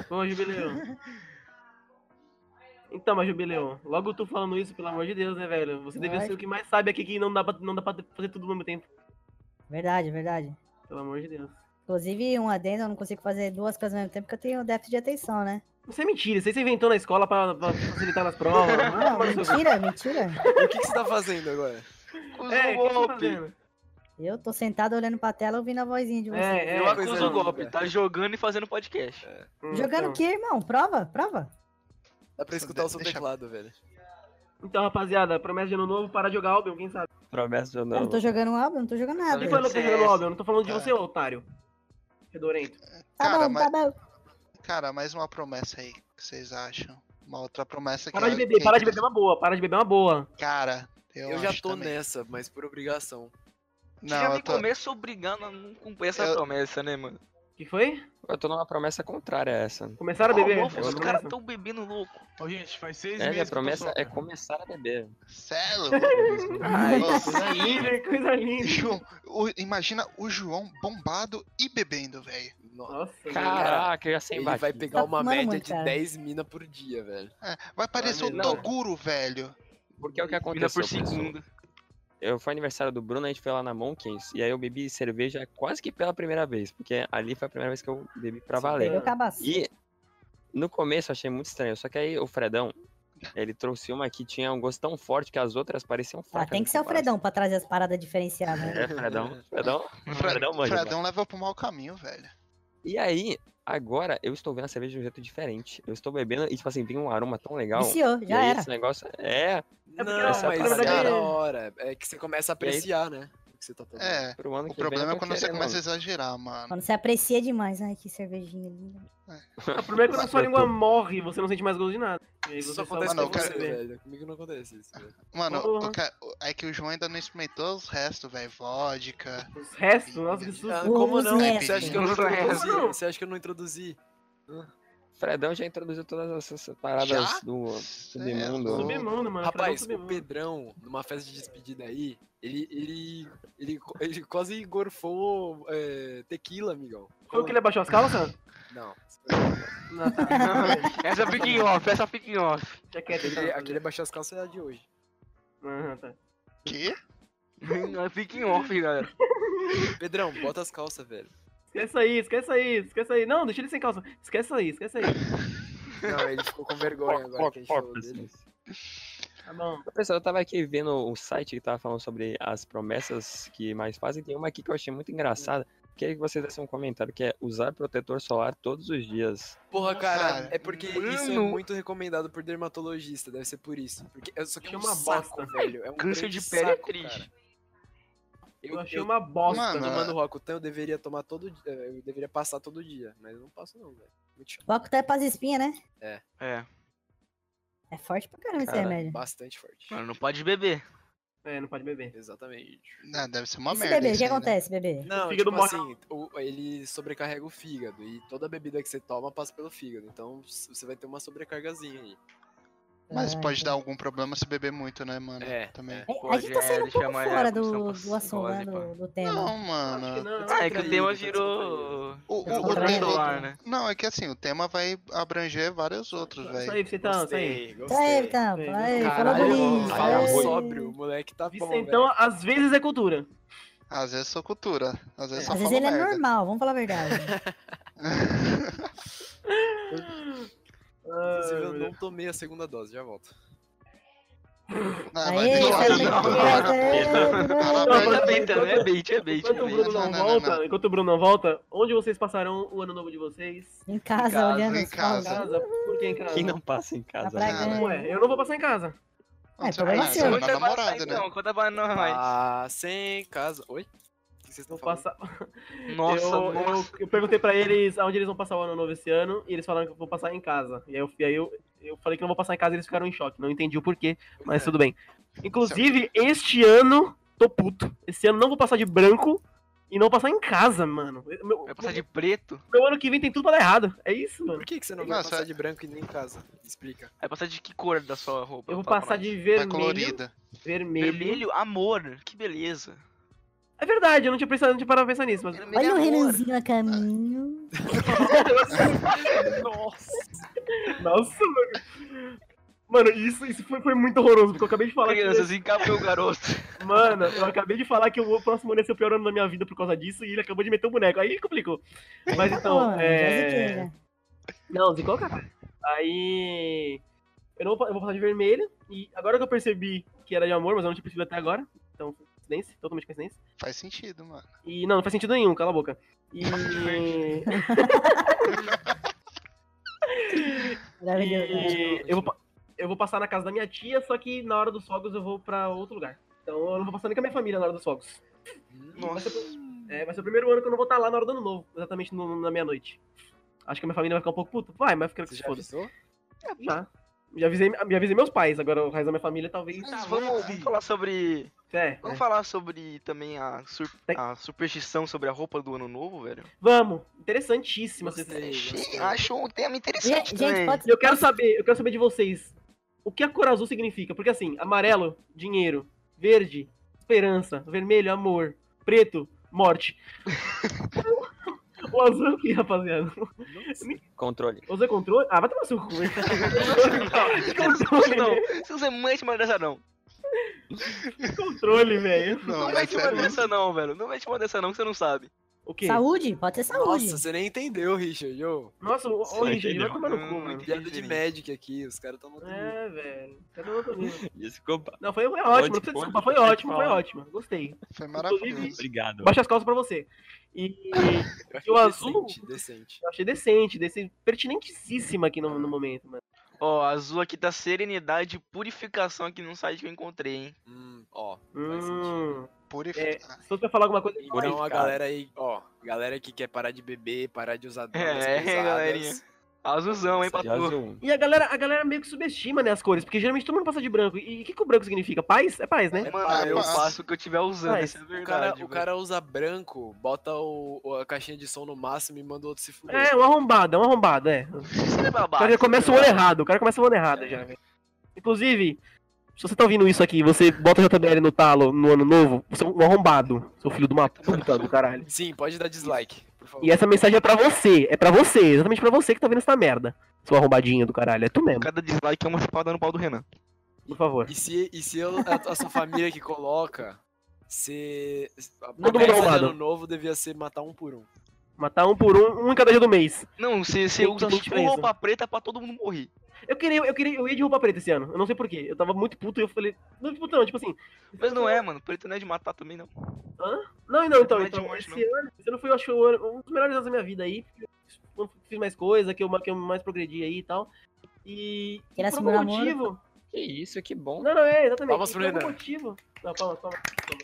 S3: Ô, Jubileu. Então, mas Jubileu, logo tu falando isso, pelo amor de Deus, né, velho? Você deve
S4: Lógico.
S3: ser o que mais sabe aqui que não dá pra, não dá pra fazer tudo ao mesmo tempo.
S4: Verdade, verdade.
S3: Pelo amor de Deus.
S4: Inclusive, um adendo, eu não consigo fazer duas coisas ao mesmo tempo porque eu tenho déficit de atenção, né?
S3: Isso é mentira, isso aí você inventou na escola pra, pra facilitar nas provas. Vai
S4: Não,
S3: tomar no seu cu.
S4: mentira, mentira.
S1: E o que, que você tá fazendo agora?
S5: Deus.
S3: É, o que você tá
S2: golpe.
S3: fazendo?
S4: Eu tô sentado olhando pra tela ouvindo a vozinha de vocês.
S3: É, é,
S2: eu
S3: uma
S2: acuso
S3: coisa
S2: o golpe,
S1: nunca.
S2: tá jogando e fazendo podcast.
S3: Hum,
S4: Jogando o
S3: então.
S4: quê, irmão? Prova? Prova?
S1: Dá pra escutar o seu
S5: Deixa-
S1: teclado, velho.
S3: Então, rapaziada, promessa de ano novo, parar de jogar Albion, quem sabe?
S6: Promessa de
S4: Eu não tô
S6: novo.
S4: jogando um álbum, não tô jogando
S2: Tá
S4: nada.
S3: Quem falou que tá jogando
S2: CS.
S3: Albion? Eu Não tô falando de
S5: É.
S3: você, ô, otário. Fedorento.
S4: Tá
S5: Cara,
S4: bom, tá
S5: mas-
S4: bom.
S5: Cara, mais uma promessa aí, que vocês acham? Uma outra promessa que
S3: Para de
S5: eu-
S3: beber,
S5: que-
S3: para de beber é uma boa, para de beber é uma boa.
S5: Cara, eu,
S1: Eu, já
S5: acho
S1: tô
S5: também.
S1: nessa, mas por obrigação.
S5: Não,
S2: já
S5: eu
S2: me
S5: tô...
S2: começo obrigando a não cumprir essa
S5: Eu-
S2: promessa, né, mano?
S3: O que foi?
S6: Eu tô numa promessa contrária a essa.
S3: Começaram a
S2: Ô,
S3: beber?
S2: louco,
S3: Essa
S2: Tá os
S3: promessa?
S2: caras tão bebendo louco.
S7: Ô, gente, faz seis
S6: É, minha
S7: meses. que eu tô
S6: promessa é
S7: sóbrio.
S6: começar a beber.
S5: Cê é louco.
S3: Ai,
S5: Ô,
S3: <laughs> coisa linda, coisa linda.
S5: João, o- imagina o João bombado e bebendo, velho.
S1: Nossa,
S3: Nossa, velho.
S6: Caraca, eu já sei
S1: ele
S6: embaixo.
S1: vai pegar uma
S4: fumando
S1: média
S4: Tá muito,
S1: de
S4: cara.
S1: 10 mina por dia, velho.
S5: É, vai parecer o
S2: não.
S5: Toguro, velho.
S6: Porque é o que
S2: Mina
S6: aconteceu.
S2: por
S6: pessoal.
S2: segundo.
S6: Eu foi aniversário do Bruno, a gente foi lá na Monkeys e aí eu bebi cerveja quase que pela primeira vez, porque ali foi a primeira vez que eu bebi pra
S3: Sim,
S6: valer.
S4: Meu cabaço.
S6: E no começo eu achei muito estranho, só que aí o Fredão, ele trouxe uma que tinha um gosto tão forte que as outras pareciam
S4: Ah,
S6: fracas.
S4: tem
S6: em
S4: que ser o
S6: comparação.
S4: Fredão pra trazer as paradas diferenciadas, né?
S6: É, Fredão. Fredão,
S5: Fre-
S6: Fredão manja. mano.
S5: Fredão leva pro mau caminho, velho.
S6: E aí, agora eu estou vendo a cerveja de um jeito diferente. Eu estou bebendo e, tipo assim, tem um aroma tão legal.
S4: Viciou,
S6: e
S4: já
S6: aí
S4: era.
S6: esse negócio é
S1: Não,
S3: essa
S1: mas
S6: parada
S1: é
S6: aí-
S1: da hora. É que você começa a
S6: E aí-
S1: apreciar, né? O que você tá tomando.
S5: É.
S6: pro ano
S5: O
S6: que vem eu
S5: problema é
S6: tô
S5: quando você
S6: querendo.
S5: começa a exagerar, mano.
S4: Quando você aprecia demais. Ai, que cervejinha linda.
S3: O problema é quando a sua língua morre, você não sente mais gosto de nada. E aí
S1: Isso
S3: você
S1: só acontece
S5: Mano,
S1: com
S5: eu quero
S1: você, velho. Comigo não acontece isso. velho.
S5: Mano,
S3: Porra.
S5: o ca- o- é que o João ainda não experimentou os restos, velho. Vodka.
S3: Os restos, nossa, que
S1: Ah,
S3: susto.
S4: Ô,
S1: como não?
S4: Zé.
S1: Você acha que eu não
S2: Ô, Zé.
S1: introduzi?
S3: Não.
S1: Você acha que eu não introduzi?
S6: Fredão já introduziu todas essas paradas
S5: Já?
S6: do.
S5: Cê
S6: Todo
S5: é
S6: mundo.
S5: louco.
S3: Submundo, mano.
S1: um Rapaz,
S3: Fredão
S1: o
S3: submundo.
S1: Pedrão, numa festa de despedida aí, ele, ele, ele, co- ele quase gorfou é, tequila, amigão.
S3: Foi o que ele abaixou as calças?
S1: <laughs> Não.
S3: Não, tá.
S2: essa fica em off, essa fica em off.
S3: Já quieto,
S1: Aquele,
S3: então.
S1: aquele abaixou as calças é a de hoje.
S3: Aham, tá.
S5: Que?
S2: fica em off, galera.
S1: Pedrão, bota as calças, velho.
S3: Esquece aí, esquece aí, esquece aí. Não, deixa ele sem calça. Esquece aí, esquece aí.
S1: Não, ele ficou com vergonha agora que a gente falou
S6: assim.
S1: dele.
S3: Tá bom.
S6: Pessoal, eu tava aqui vendo o site que tava falando sobre as promessas que mais fazem. Tem uma aqui que eu achei muito engraçada. queria que vocês dessem um comentário que é usar protetor solar todos os dias.
S1: Porra, cara,
S5: Cara,
S1: é porque isso é
S2: mano.
S1: muito recomendado por dermatologista, deve ser por isso. Porque eu só que é
S3: Achei
S1: um
S3: uma
S1: saco,
S3: bosta.
S1: velho. É um
S2: Câncer
S1: grande
S2: de pele é
S1: saco,
S2: triste.
S1: cara. Eu, Ah.
S3: Eu
S1: eu,
S3: achei uma bosta.
S5: Mano,
S1: tomando Roacutan, eu deveria tomar todo dia, eh, eu deveria passar todo dia, mas eu não passo não, velho. Muito chato,
S4: O Acutai é pras espinhas, né?
S2: É,
S4: É forte pra caramba esse
S6: Cara,
S4: remédio.
S5: tá
S1: bastante forte.
S2: mano, não pode beber.
S3: É, não pode beber.
S1: Exatamente.
S5: Não, deve ser uma
S4: Esse
S5: merda.
S4: bebê, o
S5: isso
S4: que
S5: aí, né?
S4: acontece, bebê?
S1: Não,
S3: fígado
S1: tipo
S3: morre.
S1: assim, o- ele sobrecarrega o fígado e toda bebida que você toma passa pelo fígado, então s- você vai ter uma sobrecargazinha aí.
S5: Mas
S4: Ah,
S5: pode
S4: então.
S5: dar algum problema se beber muito, né, mano?
S1: É,
S5: Também.
S4: É, a
S2: Pode,
S4: gente tá
S2: é,
S4: saindo um
S2: deixa
S4: pouco
S2: mais a
S4: fora
S2: questão
S4: do, do
S2: psicose,
S4: assunto, né,
S2: pô.
S4: do, do tema.
S5: Não,
S3: Acho que
S5: mano.
S3: não.
S2: Ah, é que o tema
S1: Descontraído,
S2: girou.
S5: O,
S4: Eu
S5: o,
S4: vou
S5: o
S4: trazer
S5: tema-
S4: outro.
S2: Solar, né?
S5: Não, é que assim, o tema vai abranger vários outros,
S3: Isso
S5: velho.
S3: aí,
S2: Então,
S3: Vicentão, isso aí.
S1: Gostei,
S4: Tá
S1: gostei.
S4: aí, então.
S3: Ei,
S4: fala aí, falou
S1: Caralho,
S4: bonito.
S1: fala
S4: ei.
S1: sóbrio, moleque tá bom,
S3: Vicentão,
S1: velho.
S3: às vezes é cultura.
S5: Às vezes sou cultura. Às vezes só
S4: Às vezes ele
S5: falo
S4: é
S5: merda.
S4: normal, vamos falar a verdade.
S1: Inclusive, eu não tomei a segunda dose, já volto.
S5: Ah, vai
S4: Aê,
S5: deixar,
S4: saiu
S5: né?
S4: da
S5: Fala
S4: criança.
S3: Não,
S5: pra
S2: Não,
S5: ele.
S2: é bait, não é bait, é bait.
S3: Enquanto o
S2: É
S3: Bruno
S2: bait.
S5: Não,
S3: não
S5: não, não,
S3: volta,
S5: não.
S3: enquanto o Bruno não volta, onde vocês passarão o ano novo de vocês?
S4: Em casa,
S1: casa,
S4: olhando
S5: em
S4: os
S3: Em
S5: casa.
S4: fogos.
S3: casa? Por que em casa?
S6: Quem não passa em
S4: Na <laughs>
S6: casa?
S4: praia
S5: Cara,
S4: grande.
S3: Ué, eu não vou passar em casa.
S5: Não,
S4: É,
S2: Ah,
S5: você
S4: problema
S5: vai-
S4: seu.
S5: você vai
S4: Conta
S5: na namorada, né?
S2: Não, então, conta pra nós.
S1: Ah, sem casa. Oi? O que vocês estão
S3: Vou
S1: falando?
S3: passar... <laughs>
S2: Nossa,
S3: eu, eu-
S2: nossa.
S3: eu perguntei pra eles aonde eles vão passar o ano novo esse ano e eles falaram que eu vou passar em casa. E aí eu, e aí eu, eu falei que não vou passar em casa e eles ficaram em choque. Não entendi o porquê,
S1: É.
S2: É.
S3: mas tudo bem. Inclusive, este ano, tô puto. Esse ano não vou passar de branco e não vou passar em casa, mano. Meu,
S2: Vai passar de preto?
S3: meu ano que vem tem tudo pra dar errado. É isso, mano.
S1: Por que, que você não vai
S5: Nossa,
S1: passar
S5: é-
S1: de branco e nem em casa? Explica.
S2: Vai passar de que cor da sua roupa?
S3: Eu vou
S2: Fala pra
S3: passar
S2: nós. Tá
S3: de
S5: Vai
S3: vermelho.
S5: colorida.
S3: Vermelho.
S2: Vermelho, amor. Que beleza.
S3: É verdade, eu não tinha pensado, não tinha parado pra pensar nisso, mas.
S2: Vermelho,
S4: Olha o
S2: amor.
S4: Renanzinho a caminho.
S1: Nossa!
S3: Nossa, mano. Mano, isso, isso foi, foi muito horroroso, porque eu acabei de falar que.
S2: Crianças, encapem o garoto.
S3: Mano, eu acabei de falar que o próximo ano ia ser o pior ano da minha vida por causa disso e ele acabou de meter um boneco. Aí complicou. Mas então,
S4: Pô, já ziquei,
S3: é.
S4: já.
S3: Não, zicou, cara. Aí. Eu, não vou, pa- eu vou passar de vermelho e agora que eu percebi que era de amor, mas eu não tinha percebido até agora. Então, coincidência, totalmente coincidência.
S5: Faz sentido, mano.
S3: E não, não faz sentido nenhum, cala a boca. E.
S4: Maravilhoso.
S3: E eu, vou, pa- eu vou passar na casa da minha tia, só que na hora dos fogos eu vou pra outro lugar. Então eu não vou passar nem com a minha família na hora dos fogos.
S2: Nossa.
S3: É, vai ser o primeiro ano que eu não vou estar lá na hora do ano novo, exatamente no- na meia-noite. Acho que a minha família vai ficar um pouco puta. Vai, mas fica que
S1: Você
S3: se
S1: já
S3: foda.
S1: avisou?
S3: Já. Já avisei, já avisei meus pais, agora o resto da minha família talvez.
S2: Mas vamos, vamos falar sobre.
S1: Ah,
S3: É, é.
S2: Vamos falar sobre também a, sur- a superstição sobre a roupa do ano novo, velho?
S3: Vamos. Interessantíssima essa
S1: Gostei, gostei.
S2: Acho um tema interessante.
S4: Gente, gente,
S2: também. <laughs>
S4: pode
S3: E eu quero saber, eu quero saber de vocês. O que a cor azul significa? Porque assim, amarelo, dinheiro, verde, esperança, vermelho, amor, preto,
S6: <laughs>
S3: morte. o azul é o que, rapaziada? <laughs>
S6: Controle.
S3: O azul é controle? Ah, vai tomar seu cu. hein?
S6: <laughs>
S2: Não,
S3: controle,
S2: não,
S3: né?
S2: Se você mete uma dessa, não.
S3: controle, velho.
S5: Não,
S2: Não
S5: mas
S2: mete uma
S5: sério.
S2: dessa, não, velho. Não mete uma dessa, não, que você não sabe.
S3: O quê?
S4: Saúde? Pode ser
S3: tá
S4: saúde.
S1: Nossa, você nem entendeu, Richard. Ô,
S3: Nossa, o
S6: Você não
S3: Richard, vai
S6: entendeu.
S3: tomar no cu,
S2: Não,
S3: mano.
S1: piada de
S2: Entendi.
S1: Magic aqui, os caras estão no outro nível.
S3: É, velho. Cadê o outro nível?
S6: Desculpa.
S3: Não, foi, foi ótimo. Não
S6: Pode,
S3: precisa
S6: pode,
S3: desculpar, foi
S6: pode
S3: ótimo, foi
S6: falar.
S3: ótimo. Gostei.
S5: Foi maravilhoso.
S3: Inclusive-
S6: Obrigado.
S3: Baixa as calças pra você. E.
S1: Eu
S3: E
S1: achei
S3: o azul?
S1: Decente, decente.
S3: Eu achei decente, decente pertinentíssima aqui no, no momento, mano.
S2: Ó, azul aqui tá serenidade e purificação aqui num site que eu encontrei, hein?
S1: Hum, ó. Faz
S3: Hum,
S2: É,
S5: Purificar.
S3: se fosse pra falar alguma coisa, eu
S1: Então a
S6: Purificado.
S1: galera aí, ó, galera que quer parar de beber, parar de usar drogas
S3: <laughs>
S2: É,
S1: pesadas.
S2: galerinha. Azulzão, hein,
S6: De
S2: Patu?
S6: azul.
S3: E a galera, a galera meio que subestima, né, as cores, porque geralmente todo mundo passa de branco. E o que, que o branco significa? Paz? É paz, né?
S1: Ah,
S2: Mano, eu
S1: eu
S2: faço o que eu tiver usando,
S3: Mas
S2: isso é
S1: O cara,
S2: verdade.
S1: o
S2: velho.
S1: cara usa branco, bota o, o- a caixinha de som no máximo e manda o outro se fuder.
S3: É, um arrombado, é um arrombado, é. O
S2: Isso é babado,
S3: cara já
S2: isso é
S3: começa o ano
S2: babado.
S3: errado, o cara começa o ano errado já, velho. Inclusive, se você tá ouvindo isso aqui e você bota JBL no talo no ano novo, você é um arrombado, seu filho de uma puta do caralho.
S1: Sim, pode dar dislike, por favor.
S3: E essa mensagem é pra você, é pra você, exatamente pra você que tá vendo essa merda. Seu arrombadinho do caralho, é tu mesmo,
S2: Cada dislike é uma chupada no pau do Renan.
S3: por favor.
S1: E se, e se eu- a, a sua família que coloca, se. A
S3: mundo
S1: promessa de
S3: arrombado.
S1: ano novo devia ser matar um por um.
S3: Matar um por um, um em cada dia do mês.
S2: Não, você, você
S3: Tem
S2: usa
S3: tudo
S2: só
S3: diferença.
S2: roupa preta pra todo mundo morrer.
S3: Eu queria, eu queria, eu ia de roupa preta esse ano. Eu não sei porquê. Eu tava muito puto e eu falei. Não, tipo, não, tipo assim.
S2: é Mas não é, mano. Preto não é de matar também, não.
S3: Não, não, então,
S8: Não é
S3: então
S8: de longe,
S3: esse ano, esse ano foi, eu acho, o ano- um dos melhores anos da minha vida aí. porque eu Fiz mais coisa, que eu, que eu mais progredi aí e tal. E.
S4: Ele
S3: e
S4: assumiu o namoro?
S3: motivo.
S6: Que isso, que bom.
S3: Não, não, é, exatamente.
S1: Palmas pro
S3: E por algum
S1: Renan.
S3: motivo. Não, palmas, palmas, palmas.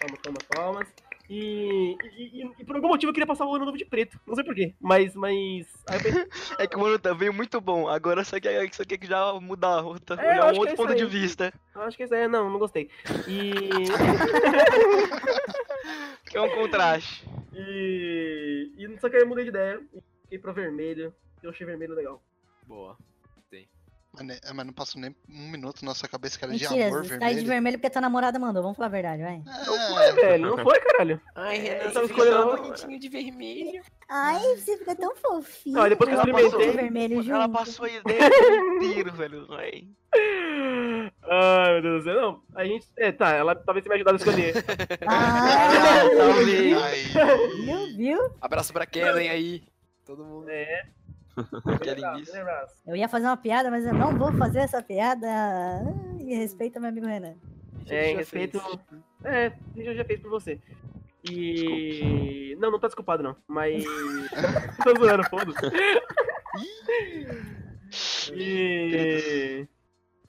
S3: Palmas, palmas, palmas. E, e, e- e por algum motivo eu queria passar o ano novo de preto. Não sei porquê, mas. mas... Aí eu pensei, <laughs>
S2: É que o ano tá- veio muito bom, agora só que isso aqui já mudar a rota,
S3: É, eu
S2: olhar
S3: acho
S2: um
S3: que
S2: outro
S3: é isso
S2: ponto de
S3: aí.
S2: vista.
S3: eu acho que isso aí é. Não, não gostei. E.
S2: Que é um contraste.
S3: E, e só que aí eu mudei de ideia. e Fiquei pra vermelho. Eu achei vermelho legal.
S1: Boa.
S5: Mano, é- mas não passou nem um minuto na nossa cabeça, cara, de
S4: Mentira,
S5: amor
S4: você tá aí de
S5: vermelho.
S4: vermelho porque tua namorada mandou. Vamos falar a verdade, vai.
S3: Foi,
S5: É,
S3: velho. Não foi, caralho.
S1: Ai,
S3: Renan, você fica tão
S1: bonitinho de vermelho.
S4: Ai, você fica tão fofinho.
S3: Não, depois que eu
S2: Ela passou-
S3: experimentei.
S4: vermelho junto.
S2: Ela passou a ideia o dia inteiro, velho. Ai.
S3: Ai, meu Deus do céu. Não, a gente. É, tá. Ela talvez me ajudado a escolher.
S4: Ah,
S2: Talvez.
S5: Aí,
S4: viu, viu?
S1: Abraço pra Kellen aí. Todo mundo.
S3: é.
S1: <laughs> é
S2: Que
S3: Lembraço,
S2: linguiça.
S3: lembraço.
S4: Eu ia fazer uma piada, mas eu não vou fazer essa piada. Ah, E respeita meu amigo Renan.
S3: É, em
S1: Já
S3: respeito.
S1: fez.
S3: É, a gente já fez por você. E. Não, não tá desculpado, não. Mas. <laughs> tô zoando, foda-se. E.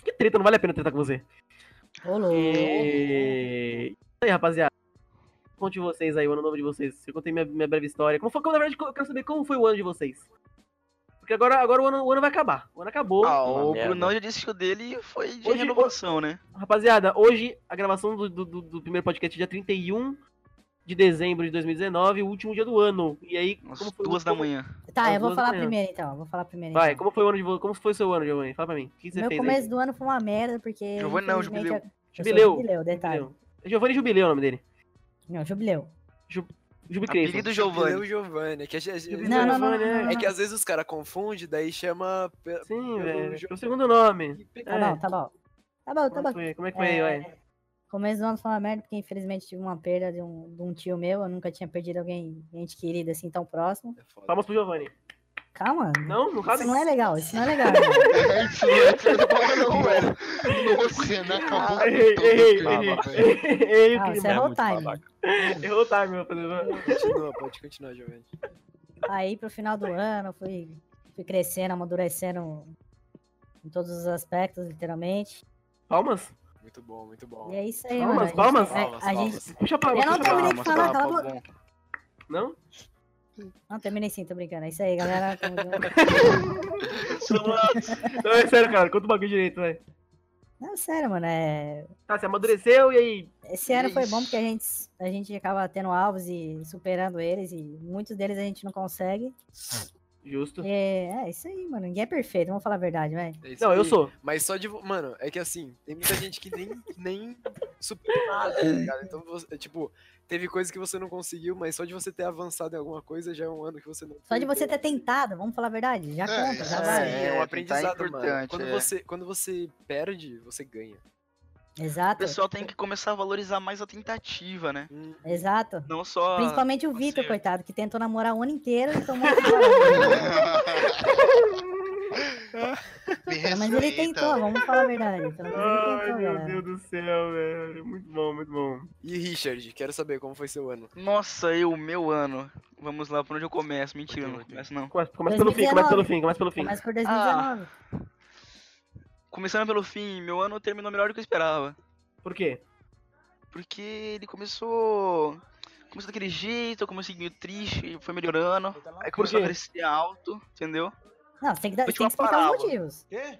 S3: Que treta, não vale a pena tretar com você.
S4: Ô, louco.
S3: É, E... Isso aí, rapaziada. Conte vocês aí, o ano novo de vocês. Eu contei minha, minha breve história. Como foi, como, na verdade, eu quero saber como foi o ano de vocês. Porque agora, agora o, ano, o ano vai acabar. O ano acabou.
S2: Ah, o
S6: merda.
S2: Brunão já disse que o dele foi de
S3: Hoje-
S2: renovação, né?
S3: Rapaziada, hoje a gravação do, do, do- do primeiro podcast é dia 31 de dezembro de 2019, o último dia do ano. E aí,
S2: Umas
S3: como foi, É.
S2: duas da
S3: como-
S2: manhã.
S4: Tá,
S3: às
S4: eu vou
S3: duas da
S4: falar
S3: manhã.
S4: primeiro então. eu Vou falar primeiro.
S3: Vai,
S4: então.
S3: como foi o ano de vo- Como foi o seu ano, Giovanni? Fala pra mim. O que você
S4: Meu
S3: fez
S4: começo
S3: aí?
S4: do ano foi uma merda, porque.
S2: Giovanni não,
S4: infelizmente,
S2: Jubileu.
S4: eu- eu sou
S3: Jubileu.
S4: Jubileu, tá. detalhe.
S3: Jubileu. É Giovanni Jubileu é o nome dele.
S4: Não, Jubileu.
S3: Jubi
S2: Apelido
S1: Cadê o
S2: Giovanni.
S1: Giovanni? É que, às vezes-
S3: Jubileu.
S4: Não, não, não. não,
S3: Giovanni, né?
S4: não, não,
S1: é que
S4: não.
S1: às vezes os caras confundem, daí chama. pe-
S3: Sim,
S1: Eu-
S3: velho. É O segundo nome.
S4: Tá
S3: É.
S4: bom, tá bom. Tá bom, tá
S3: Como é que
S4: bom.
S3: foi? Como é que foi aí,
S4: É,
S3: vai?
S4: Começo do ano foi uma merda, porque infelizmente tive uma perda de um, de um tio meu. Eu nunca tinha perdido alguém, gente querida assim, tão próximo.
S1: É foda.
S3: Palmas pro Giovanni.
S4: Calma.
S3: Não? Não cabe? <laughs>
S4: Isso não é legal, isso não é legal. né?
S5: isso não é futebol, não, velho. Nossa, Renan acabou com
S3: Errei,
S5: todo
S3: errei,
S5: o clima,
S3: errei.
S5: velho.
S3: Errei o
S4: Ah,
S3: clima.
S4: você é errou o
S6: É muito
S4: time.
S6: babaca.
S3: Errou tá, o time, rapaziada.
S1: Continua, pode continuar, Giovanni.
S4: Aí pro final do ano, fui, fui crescendo, amadurecendo em todos os aspectos, literalmente.
S3: Palmas?
S1: Muito bom, muito bom.
S4: E é isso aí,
S3: Palmas,
S4: mano. A gente-
S3: palmas.
S4: é, a gente-
S3: Puxa palmas,
S4: Eu não
S3: puxa palmas.
S4: terminei de falar, cala a boca.
S5: bom.
S3: Não?
S4: Não, terminei sim, tô brincando. É isso
S3: <laughs>
S4: aí, galera. Tamo junto.
S7: Tá
S3: Não, é sério, cara. Conta o bagulho direito, vai.
S4: Não, sério, mano. É...
S3: Tá, você amadureceu e aí...
S4: Esse ano foi bom porque a gente, a gente acaba tendo alvos e superando eles, e muitos deles a gente não consegue.
S3: Justo.
S4: E é, é isso aí, mano. Ninguém é perfeito, vamos falar a verdade, vai.
S1: É isso
S3: Não, eu
S1: aí.
S3: sou.
S1: Mas só de. vo- Mano, é que assim, tem muita gente que nem, nem superou nada, tá ligado? Então, você- tipo, teve coisa que você não conseguiu, mas só de você ter avançado em alguma coisa já é um ano que você não.
S4: Só de você
S1: perdeu.
S4: ter tentado, vamos falar a verdade. Já
S5: É,
S4: conta, já
S5: isso
S4: vale.
S1: Sim, é um
S8: É,
S1: aprendizado,
S8: tentar é
S1: mano.
S8: importante,
S1: Quando,
S8: é.
S1: você, quando você perde, você ganha.
S2: O
S4: Exato,
S2: pessoal tem que começar a valorizar mais a tentativa, né?
S1: Hum,
S4: exato.
S2: Não só.
S4: Principalmente o Vitor,
S2: você- é
S4: coitado, que tentou namorar o ano inteiro e
S2: <laughs>
S4: tomou.
S5: Me
S2: É
S4: Mas ele
S2: então.
S4: tentou,
S5: respeita.
S4: vamos falar a verdade. Pelo menos ele tentou, galera.
S3: do céu, velho. Muito bom, muito bom.
S1: E Richard, quero saber como foi seu ano.
S2: Nossa, eu, meu ano. Vamos lá, por onde eu começo? Mentira, não começo não.
S3: Começa, começa pelo fim, começa pelo fim, começa pelo fim.
S4: Mas
S2: Ah.
S4: por 2019.
S2: Começando pelo fim, meu ano terminou melhor do que eu esperava.
S3: Por quê?
S2: Porque ele começou. Começou daquele jeito, eu comecei meio triste, foi melhorando.
S6: é
S2: Aí começou a
S3: quê?
S2: crescer alto, entendeu?
S4: Não, você tem que, dar-
S2: Eu
S4: tem
S2: tinha
S4: que explicar
S2: uma
S4: os motivos.
S7: Quê?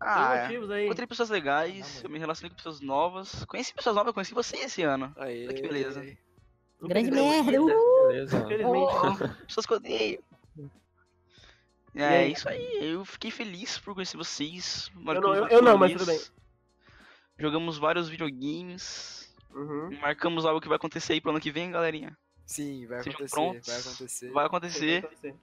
S2: Ah,
S3: Tem um
S2: é.
S3: motivos aí.
S2: encontrei pessoas legais, eu me relacionei com pessoas novas. Conheci pessoas novas, eu conheci você esse ano.
S1: Aí.
S2: Olha que beleza.
S4: Grande
S2: Não,
S4: merda.
S2: não.
S4: uh!
S6: Beleza.
S3: Infelizmente.
S2: <laughs> pessoas que eu odeio. É,
S3: né? aí?
S2: isso aí. Eu fiquei feliz por conhecer vocês.
S3: Eu não- eu-
S2: marcamos
S3: eu não, mas
S2: rolês,
S3: tudo bem.
S2: Jogamos vários videogames.
S3: Uhum.
S2: Marcamos algo que vai acontecer aí pro ano que vem, galerinha.
S1: Sim, vai
S2: Sejam
S1: acontecer,
S2: prontos.
S1: vai acontecer.
S2: Vai
S3: Sim,
S2: acontecer.
S3: pode ser.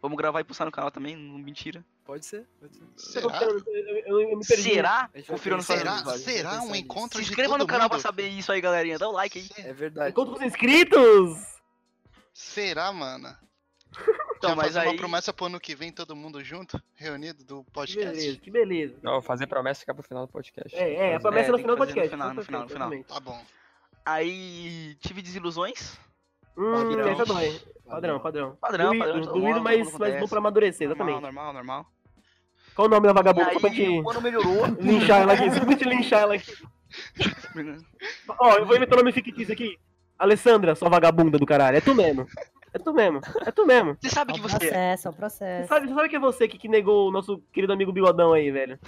S2: Vamos gravar e postar no canal também, não mentira.
S1: Pode ser, pode ser.
S5: Será?
S3: Eu, eu- eu- eu me perdi.
S2: Será?
S1: A gente vai
S2: Confira no
S1: pensar nisso, a
S2: canal.
S5: Será,
S1: gente vai
S5: será
S1: pensar
S5: um
S1: nisso.
S5: encontro
S2: Se
S5: de
S2: inscreva no
S5: todo
S2: canal pra
S5: mundo?
S2: saber isso aí, galerinha. Dá o like aí.
S5: Se-
S1: É verdade.
S3: Encontro com os inscritos!
S5: Será, mano?
S2: Então,
S5: Já
S2: mas
S5: fazer
S2: aí.
S5: uma promessa pro ano que vem, todo mundo junto, reunido do
S3: Que
S5: podcast.
S3: beleza, que beleza.
S6: Não, vou fazer promessa e ficar pro final do podcast.
S3: É, é, a
S6: Fazer.
S3: promessa
S2: É,
S3: no
S2: tem
S3: final do
S2: que fazer no
S3: podcast.
S2: final, no
S3: perfeito,
S2: final, no final.
S3: exatamente.
S5: Tá bom.
S2: Aí tive desilusões.
S3: Hum,
S2: Padrão.
S3: essa dói. Padrão, padrão.
S2: Padrão,
S3: Doído,
S2: padrão. de todo
S3: doído,
S2: mundo, todo
S3: mas,
S2: mundo
S3: mas bom
S2: acontece.
S3: pra amadurecer,
S2: Normal,
S3: exatamente.
S2: normal, normal.
S3: Qual o nome da vagabunda? Só pra
S2: Aí,
S1: um.
S3: gente
S2: quando melhorou.
S3: linchar ela aqui. Só pra gente linchar ela aqui. Ó, eu vou inventar nome fictício aqui. Alessandra, sua vagabunda do caralho. É tu mesmo. É tu mesmo. É tu mesmo.
S2: Você sabe
S4: É
S2: que
S4: o
S2: você é.
S4: processo, é o
S3: Você
S4: processo.
S3: sabe, você sabe que é você que, que negou o nosso querido amigo bigodão aí, velho.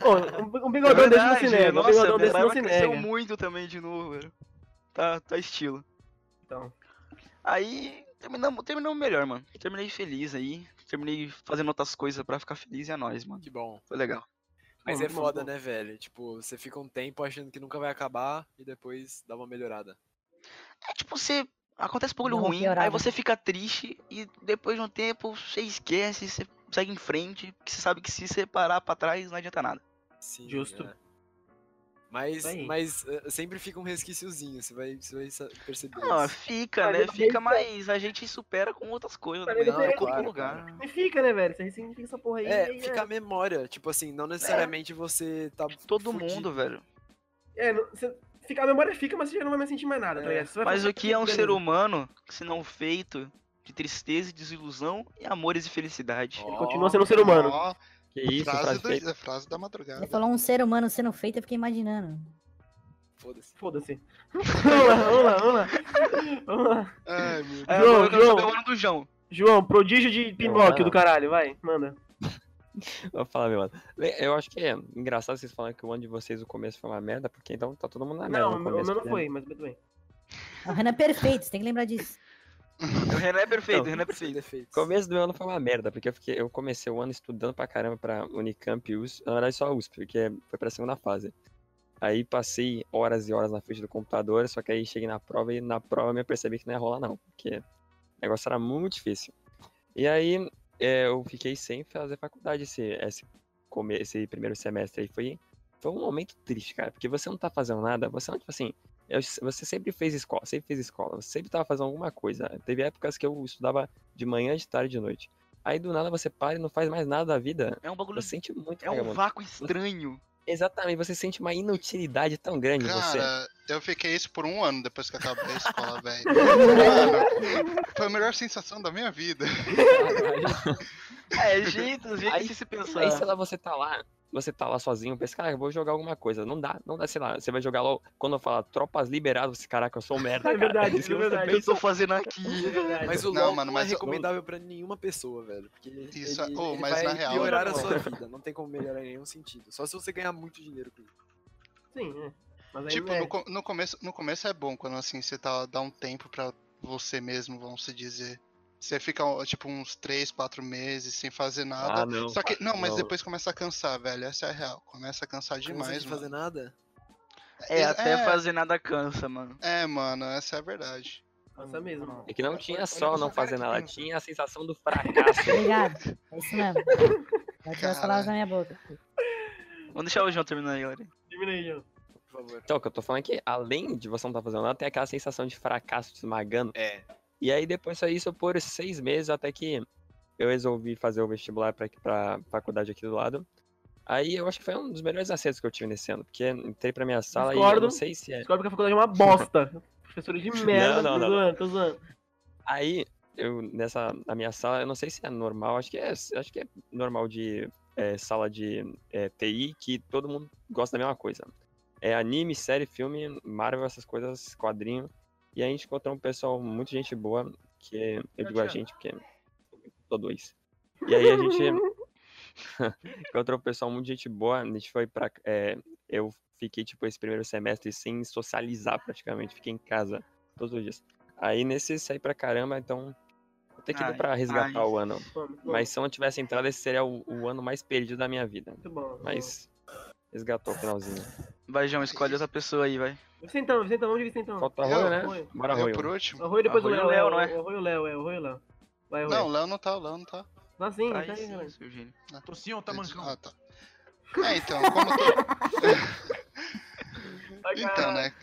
S3: Pô, um, um bigodão desse não se nega. Um
S2: É nossa, é minha
S3: bigodão desse não
S2: barba
S3: se
S2: cresceu
S3: nega.
S2: muito também de novo, velho. Tá, tá estilo.
S3: Então.
S2: Aí, terminamos, terminamos melhor, mano. Terminei feliz aí. Terminei fazendo outras coisas pra ficar feliz e é nóis, mano.
S1: Que bom.
S2: Foi legal.
S1: Mas
S3: Bom,
S1: é
S3: bom,
S1: foda,
S3: bom.
S1: né, velho? Tipo, você fica um tempo achando que nunca vai acabar e depois dá uma melhorada.
S2: É tipo, você. Acontece um bagulho
S4: Dá uma
S2: ruim, aí
S4: piorada.
S2: você fica triste e depois de um tempo você esquece, você segue em frente, porque você sabe que se você parar pra trás não adianta nada.
S1: Sim,
S3: Justo.
S1: é. Mas,
S3: Isso aí.
S1: mas eh, sempre fica um resquíciozinho, você vai, você vai sa- perceber.
S2: Ah,
S1: isso.
S2: fica,
S3: Mas
S2: né?
S3: eu-
S2: Fica, mas a gente supera com outras coisas.
S3: Mas
S2: né?
S3: ele
S2: Não, é
S3: merece,
S2: outro
S1: cara.
S2: lugar.
S3: E fica, né, velho? Você ressignifica essa porra aí. né?
S1: É,
S3: e
S1: fica a memória. Tipo assim, não necessariamente você tá.
S2: É, Todo
S1: fudido.
S2: mundo, velho.
S3: É, não- você- fica, a memória fica, mas você já não vai mais sentir mais nada, tá
S1: É.
S3: ligado? Você vai
S2: Mas
S3: falar,
S2: o que é um
S3: "Beleza".
S2: ser humano se não feito de tristeza e desilusão e amores e felicidade?
S1: Ó,
S3: Continua sendo um ser humano.
S5: Ó,
S6: Que isso,
S5: frase,
S6: frase
S5: do-
S6: feita.
S5: a frase da madrugada.
S4: Ele falou um ser humano sendo feito, eu fiquei imaginando.
S1: Foda-se.
S3: Foda-se. vamos lá, vamos lá, vamos lá. Vamos lá.
S5: Ai, meu
S2: É,
S3: João,
S2: agora eu quero saber
S3: João.
S2: o ano do João.
S3: João, prodígio de pinóquio do caralho, vai, manda.
S6: Vou falar, meu mano. Le- Eu acho que é engraçado vocês falarem que o ano de vocês, o começo foi uma merda, porque então tá todo mundo na merda.
S3: Não,
S6: no
S3: o meu o
S6: começo,
S3: meu não
S6: né?
S3: foi, mas
S6: <laughs>
S3: tudo bem.
S4: O Renan é perfeito, você tem que lembrar disso.
S2: O Renan é perfeito, o
S6: Não.
S2: Renan
S1: Sem
S2: é perfeito.
S1: defeitos.
S6: começo do meu ano foi uma merda, porque eu, fiquei, eu comecei o ano estudando pra caramba pra Unicamp e USP. Na verdade, só a USP, porque foi pra segunda fase. Aí passei horas e horas na frente do computador, só que aí cheguei na prova e na prova eu percebi que não ia rolar, não, porque o negócio era muito difícil. E aí é, eu fiquei sem fazer faculdade esse, esse, come- esse primeiro semestre aí. Foi, foi um momento triste, cara, porque você não tá fazendo nada, você não, tipo assim, eu- você sempre fez escola, sempre fez escola, você sempre tava fazendo alguma coisa. Teve épocas que eu estudava de manhã, de tarde, de noite. Aí do nada você para e não faz mais nada da vida.
S2: É um bagulho.
S6: Você sente muito,
S2: É
S6: cara,
S2: um
S6: mano.
S2: vácuo estranho.
S6: Exatamente, você sente uma inutilidade tão grande em você.
S5: Cara, eu fiquei isso por um ano depois que eu acabei a escola, velho. Mano, Foi a melhor sensação da minha vida.
S2: É, jeito, jeito
S6: Aí-
S2: de se
S6: Aí,
S2: pensar.
S6: sei lá, você tá lá, você tá lá sozinho, pensa, cara, eu vou jogar alguma coisa. Não dá, não dá, sei lá. Você vai jogar LOL. Quando eu falar tropas liberadas, você, caraca, eu sou um merda.
S3: É
S6: cara. né?
S3: verdade,
S6: Isso
S3: é
S6: você
S3: verdade.
S2: Eu
S6: pensa,
S2: tô fazendo aqui.
S3: É verdade.
S1: Mas o
S5: Não,
S1: LOL não,
S5: mano,
S1: é
S5: mas-
S1: recomendável pra nenhuma pessoa, velho. Porque
S5: Isso é-
S1: ele,
S5: ô,
S1: ele
S5: mas
S1: vai
S5: na real-
S1: piorar a
S3: Não.
S1: sua vida. Não tem como melhorar em nenhum sentido. Só se você ganhar muito dinheiro com isso.
S3: Sim, é. Mas aí
S5: Tipo,
S3: é.
S5: no, co- no começo, no começo é bom quando assim você tá, dá um tempo pra você mesmo, vamos se dizer. Você fica ó, tipo uns 3, 4 meses sem fazer nada.
S6: Ah, não.
S5: Só que, não, mas
S6: Não.
S5: depois começa a cansar, velho. Essa é a real. Começa a cansar
S1: Cansa
S5: demais,
S1: de fazer
S5: mano.
S1: nada.
S2: É, até
S5: é.
S2: fazer nada cansa, mano.
S5: É, mano, essa é a verdade.
S3: Nossa, mesmo. mano.
S6: É que não tinha
S7: Olha
S6: só
S7: essa
S5: tá
S6: não
S7: cara
S6: fazer
S7: que
S6: nada,
S7: pensa.
S5: né?
S6: tinha a sensação do fracasso.
S4: Obrigado. É isso mesmo. Vai tirar as palavras
S5: Caralho.
S4: da minha boca.
S2: Vamos deixar o João terminar aí, galera.
S3: Termina aí, João.
S1: Por favor.
S6: Então, o que eu tô falando é que, além de você não estar fazendo nada, tem aquela sensação de fracasso te esmagando.
S1: É.
S6: E aí, depois só isso por seis meses, até que eu resolvi fazer o vestibular pra, pra faculdade aqui do lado. Aí eu acho que foi um dos melhores acertos que eu tive nesse ano, porque entrei pra minha sala e eu
S3: Discordo.
S6: não sei se é.
S3: Descobre que a faculdade é uma bosta. Professores de merda,
S6: não,
S3: tô
S6: não.
S3: zoando, tô zoando.
S6: Aí, eu, nessa, na minha sala, eu não sei se é normal, acho que é, acho que é normal de é, sala de é, TI, que todo mundo gosta da mesma coisa. É anime, série, filme, Marvel, essas coisas, quadrinho. E aí a gente encontrou um pessoal, muito gente boa, que é, eu digo a gente, porque tô dois. E aí a gente <laughs> encontrou um pessoal, muito gente boa, a gente foi pra... é, eu fiquei, tipo, esse primeiro semestre sem socializar praticamente, fiquei em casa todos os dias. Aí nesse saí pra caramba, então até que deu
S2: Ai,
S6: pra resgatar
S2: ai.
S6: o ano.
S3: Pô, muito bom,
S6: Mas se eu não tivesse entrado, esse seria o, o ano mais perdido da minha vida.
S3: Muito bom.
S6: Mas resgatou o finalzinho.
S2: Vai, João, escolhe outra pessoa aí, vai.
S3: Vicentão, Vicentão, onde é Vicentão?
S6: Falta
S5: Eu-
S6: arroio, né?
S3: Arroio.
S6: Bora
S5: Eu
S6: arroio.
S5: por último.
S3: Arroio depois
S2: Arroio
S3: do Léo,
S2: Léo, não é?
S3: o Arroio Léo, é, o Arroio Léo. Vai,
S5: Não, o
S3: Arroio.
S5: Léo não tá, o Léo não tá.
S3: Tá sim,
S2: Tá
S3: tá
S2: aí,
S3: aí,
S2: sim,
S3: galera.
S2: seu gênio.
S7: Tô sim, ou tá mancando?
S5: Ah, tá. É, então, como to-
S3: Vai,
S5: então,
S3: cara.
S5: né?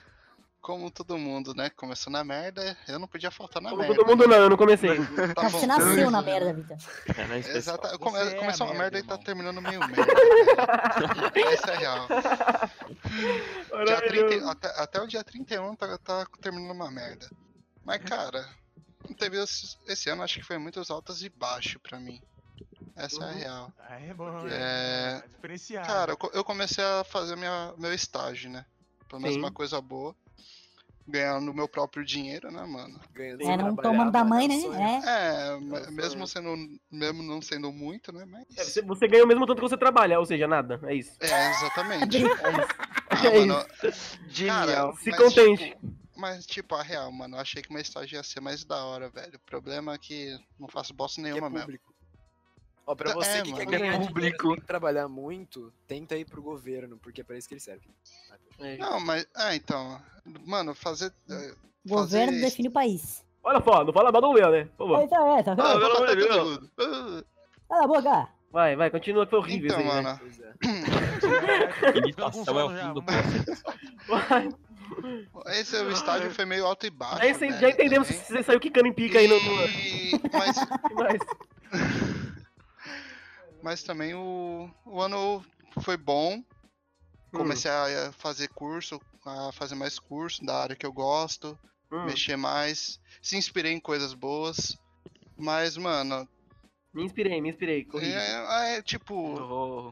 S5: Como todo mundo, né? Começou na merda, eu não podia faltar na
S3: Como
S5: merda.
S3: todo mundo não, eu não
S5: <laughs>
S3: comecei.
S5: Tá
S4: Mas você
S5: bom.
S4: nasceu na merda, Vitor.
S6: É, né, esse pessoal.
S5: Exata,
S7: Você
S5: come-
S7: é a
S5: começou uma merda
S7: merda,
S5: né? e tá
S7: irmão. <laughs>
S5: terminando meio merda. velho. Essa é a real. Dia 30
S3: Maravilhoso.
S5: até, até o dia 31 tá, tá terminando uma merda. Mas, cara, teve esse, esse ano acho que foi muitos altos e baixos pra mim. Essa é a
S7: Uhum.
S5: real.
S7: Ah, é bom,
S5: É.
S7: né? Diferenciado.
S5: Cara, eu co- eu comecei a fazer minha, meu estágio, né? Pelo menos
S3: Sim.
S5: uma coisa boa. Ganhando meu próprio dinheiro, né, mano?
S1: Ganhando
S4: É,
S1: sem
S4: não
S1: trabalhar,
S4: tomando da mãe,
S1: é um sonho.
S4: né? É.
S5: É, me-
S1: sou-
S5: mesmo sendo. Mesmo não sendo muito, né? Mas.
S3: É, Você, você ganha o mesmo tanto que você trabalha, ou seja, nada. É isso.
S5: É, exatamente. Ah,
S3: É
S5: mano,
S2: Genial.
S3: Se
S5: mas,
S3: contente.
S5: tipo, mas, tipo, a real, mano, eu achei que meu estágio ia ser mais da hora, velho. O problema é que não faço bosta
S1: Que é
S5: nenhuma mesmo.
S1: público. Ó, pra
S5: É,
S1: você que
S5: mano.
S1: quer ganhar
S2: É
S1: dinheiro
S2: público.
S1: sem trabalhar muito, tenta ir pro governo, porque é pra isso que ele serve.
S3: É.
S5: Não, mas. Ah, então. Mano, fazer. eh,
S4: Governo
S5: fazer
S4: define o país.
S3: Olha só, não fala mal do meu, né? Por favor.
S4: Então é, tá
S5: Ah,
S4: vendo?
S5: eu vou
S2: pelo amor de
S5: matar todo
S2: Deus.
S5: mundo. Ah,
S4: Cala a boca.
S3: Vai, vai, continua, que foi horrível
S5: Então,
S3: isso aí, né?
S5: mano.
S1: Pois é.
S6: Imitação é o fim do poço.
S3: <laughs> Vai.
S5: Esse é o estágio foi meio alto e baixo.
S3: Já, enten-
S5: velho,
S3: já entendemos que
S5: também.
S3: você saiu quicando em pica aí no. no-
S5: E... Mas, <laughs>
S3: Mas,
S5: mas também o, o ano foi bom. Comecei a fazer curso, a fazer mais curso da área que eu gosto.
S3: hum,
S5: mexer mais, se inspirei em coisas boas. Mas, mano,
S3: me inspirei, me inspirei.
S5: é,
S3: corrija.
S5: é, tipo,
S2: Vou-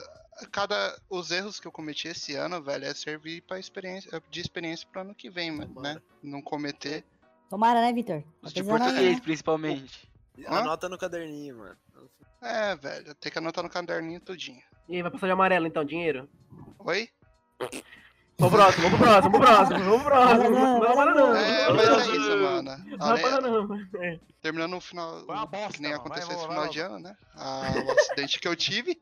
S5: cada os erros que eu cometi esse ano, velho, é servir para experiência, de experiência pro ano que vem, né? Não cometer.
S4: Tomara, né, Vitor? Tá
S2: Os de
S4: precisando aí,
S2: português,
S4: né?
S2: principalmente.
S5: Hã?
S1: Anota no caderninho, mano.
S5: É, velho, tem que anotar no caderninho tudinho.
S3: E aí, vai passar de amarelo então, dinheiro?
S5: Oi?
S3: Vamos pro próximo, vamos pro próximo, vamos pro próximo, vamos pro próximo.
S4: Não,
S3: Não,
S4: não,
S3: não, para
S4: não.
S3: não.
S5: É,
S3: Não,
S5: mas
S3: para
S5: é isso, mano.
S3: não. Não,
S5: Olha,
S3: para não. É.
S5: terminando o final.
S7: Vai uma bosta,
S5: que nem
S7: mano,
S5: aconteceu
S7: vai,
S5: esse
S7: vai,
S5: final
S7: vai,
S5: de ano, né? Ah, o acidente que eu tive.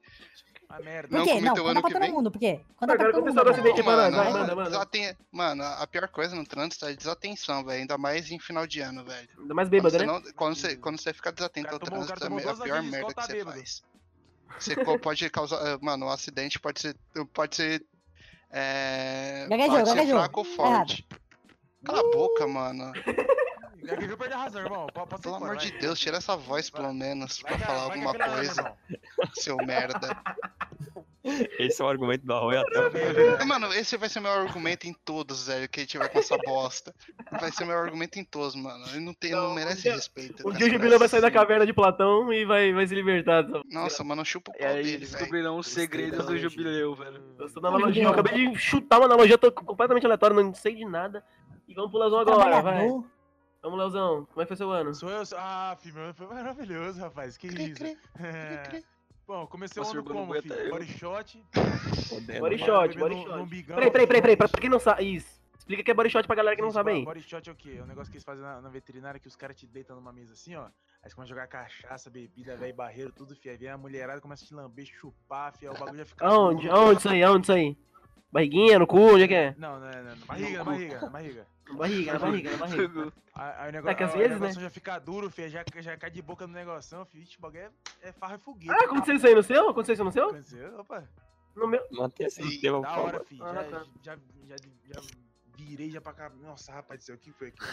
S7: A merda.
S4: Por
S5: Não
S4: quê?
S5: cometeu
S4: Não, conta
S5: ano
S4: pra
S5: que
S4: todo
S5: vem?
S4: mundo, por quê? Conta
S3: Eu
S4: pra
S3: quero
S4: todo
S3: começar
S5: assim,
S3: do acidente,
S4: mundo.
S3: mano.
S5: mano,
S3: Vai, <laughs> manda, manda.
S5: desaten- mano, a pior coisa no trânsito é desatenção, velho. Ainda mais em final de ano, velho.
S3: Ainda mais
S5: Quando
S3: bêbado,
S5: você,
S3: né?
S5: não- quando, você, quando você fica desatento
S7: Hum. O cara
S5: ao
S7: tomou- o cara
S5: trânsito,
S7: tomou
S5: é a
S7: duas
S5: pior
S7: vezes,
S5: merda que
S7: volta
S5: você
S7: bêbado.
S5: faz. Você co- pode causar. eh, Mano, um acidente pode ser. Pode ser. É,
S4: Gaguejou,
S5: pode ser
S4: gaguejou.
S5: fraco ou forte. Cala a boca, mano.
S7: Gaguejou perdeu a razão, irmão. Pode pode
S5: Pelo
S7: embora,
S5: amor de
S7: Uh! vai.
S5: Deus, tira essa voz
S7: Vai.
S5: pelo menos
S7: Vai
S5: pra
S7: que-
S5: falar
S7: vai que
S5: alguma
S7: aquele lá,
S5: coisa,
S7: irmão.
S5: seu merda.
S6: Esse é o argumento do Arroio até
S5: <laughs>
S6: o fim.
S5: Mano, esse vai ser meu argumento em todos, velho, que tiver com essa bosta. Vai ser meu argumento em todos, mano. Ele não, tem, não,
S3: Não,
S5: merece
S3: um dia-
S5: respeito. né,
S3: Um
S5: cara.
S3: dia o Jubileu vai sair da
S5: Sim.
S3: caverna de Platão e vai, vai se libertar. dessa-
S5: assim. Nossa, mano, chupa o
S2: E
S5: pau
S2: É, aí
S5: dele,
S2: eles
S5: velho.
S2: descobrirão os segredos do
S1: Extremamente.
S2: jubileu, velho.
S3: Eu sou na analogia. Eu acabei de chutar uma analogia tô completamente aleatória, não sei de nada. E vamos pro Leozão agora, vai.
S4: Trabalhador.
S3: Vamos, Leozão. Como é que foi seu ano?
S7: Sou eu, sou... Ah, filho, meu, foi maravilhoso, rapaz. Que
S5: Cri,
S7: isso.
S5: cri,
S7: <laughs> É.
S5: cri, cri.
S7: Bom, comecei o
S2: Nossa,
S7: ano
S2: o Urbano
S7: como,
S2: aguenta
S7: filho?
S2: eu.
S7: Body shot. É,
S6: Fodendo,
S3: Body
S6: mano.
S3: shot,
S7: bebendo
S3: body
S7: no- no
S3: shot.
S7: bigão.
S3: Peraí, peraí, peraí, peraí, pra quem não sabe. Isso. Explica que é body shot pra galera que não
S7: Gente,
S3: sabe
S7: bo-
S3: aí.
S7: Body shot é o quê? É um negócio que eles fazem na, na veterinária que os caras te deitam numa mesa assim, ó. Aí você começa a jogar cachaça, bebida, velho, barreiro, tudo, fia. Aí Vem a mulherada, começa a te lamber, chupar, fia. O bagulho já fica.
S3: Aonde? Aonde isso aí? Aonde isso aí? Barriguinha, no cu, onde é que é?
S7: Não, não, não. não. Barriga, na
S2: cu.
S7: barriga, na barriga.
S3: Na Barriga, na barriga, na barriga.
S7: Aí, aí o
S3: É que
S7: negócio,
S3: às
S7: aí o
S3: vezes,
S7: negócio já fica duro, fia. Já, já cai de boca no negocinho, fia. Ixi, o bagulho é, é farra e foguete.
S3: Ah, aconteceu isso aí no seu? Aconteceu isso no seu?
S7: Aconteceu, opa.
S3: No meu.
S6: Mantenha esse
S5: Ih,
S6: tema, por
S7: Da hora,
S6: favor.
S7: fi.
S3: Ah,
S7: já,
S3: tá.
S7: já, já, já virei já pra cá. Nossa, rapaz do céu, o que foi aqui?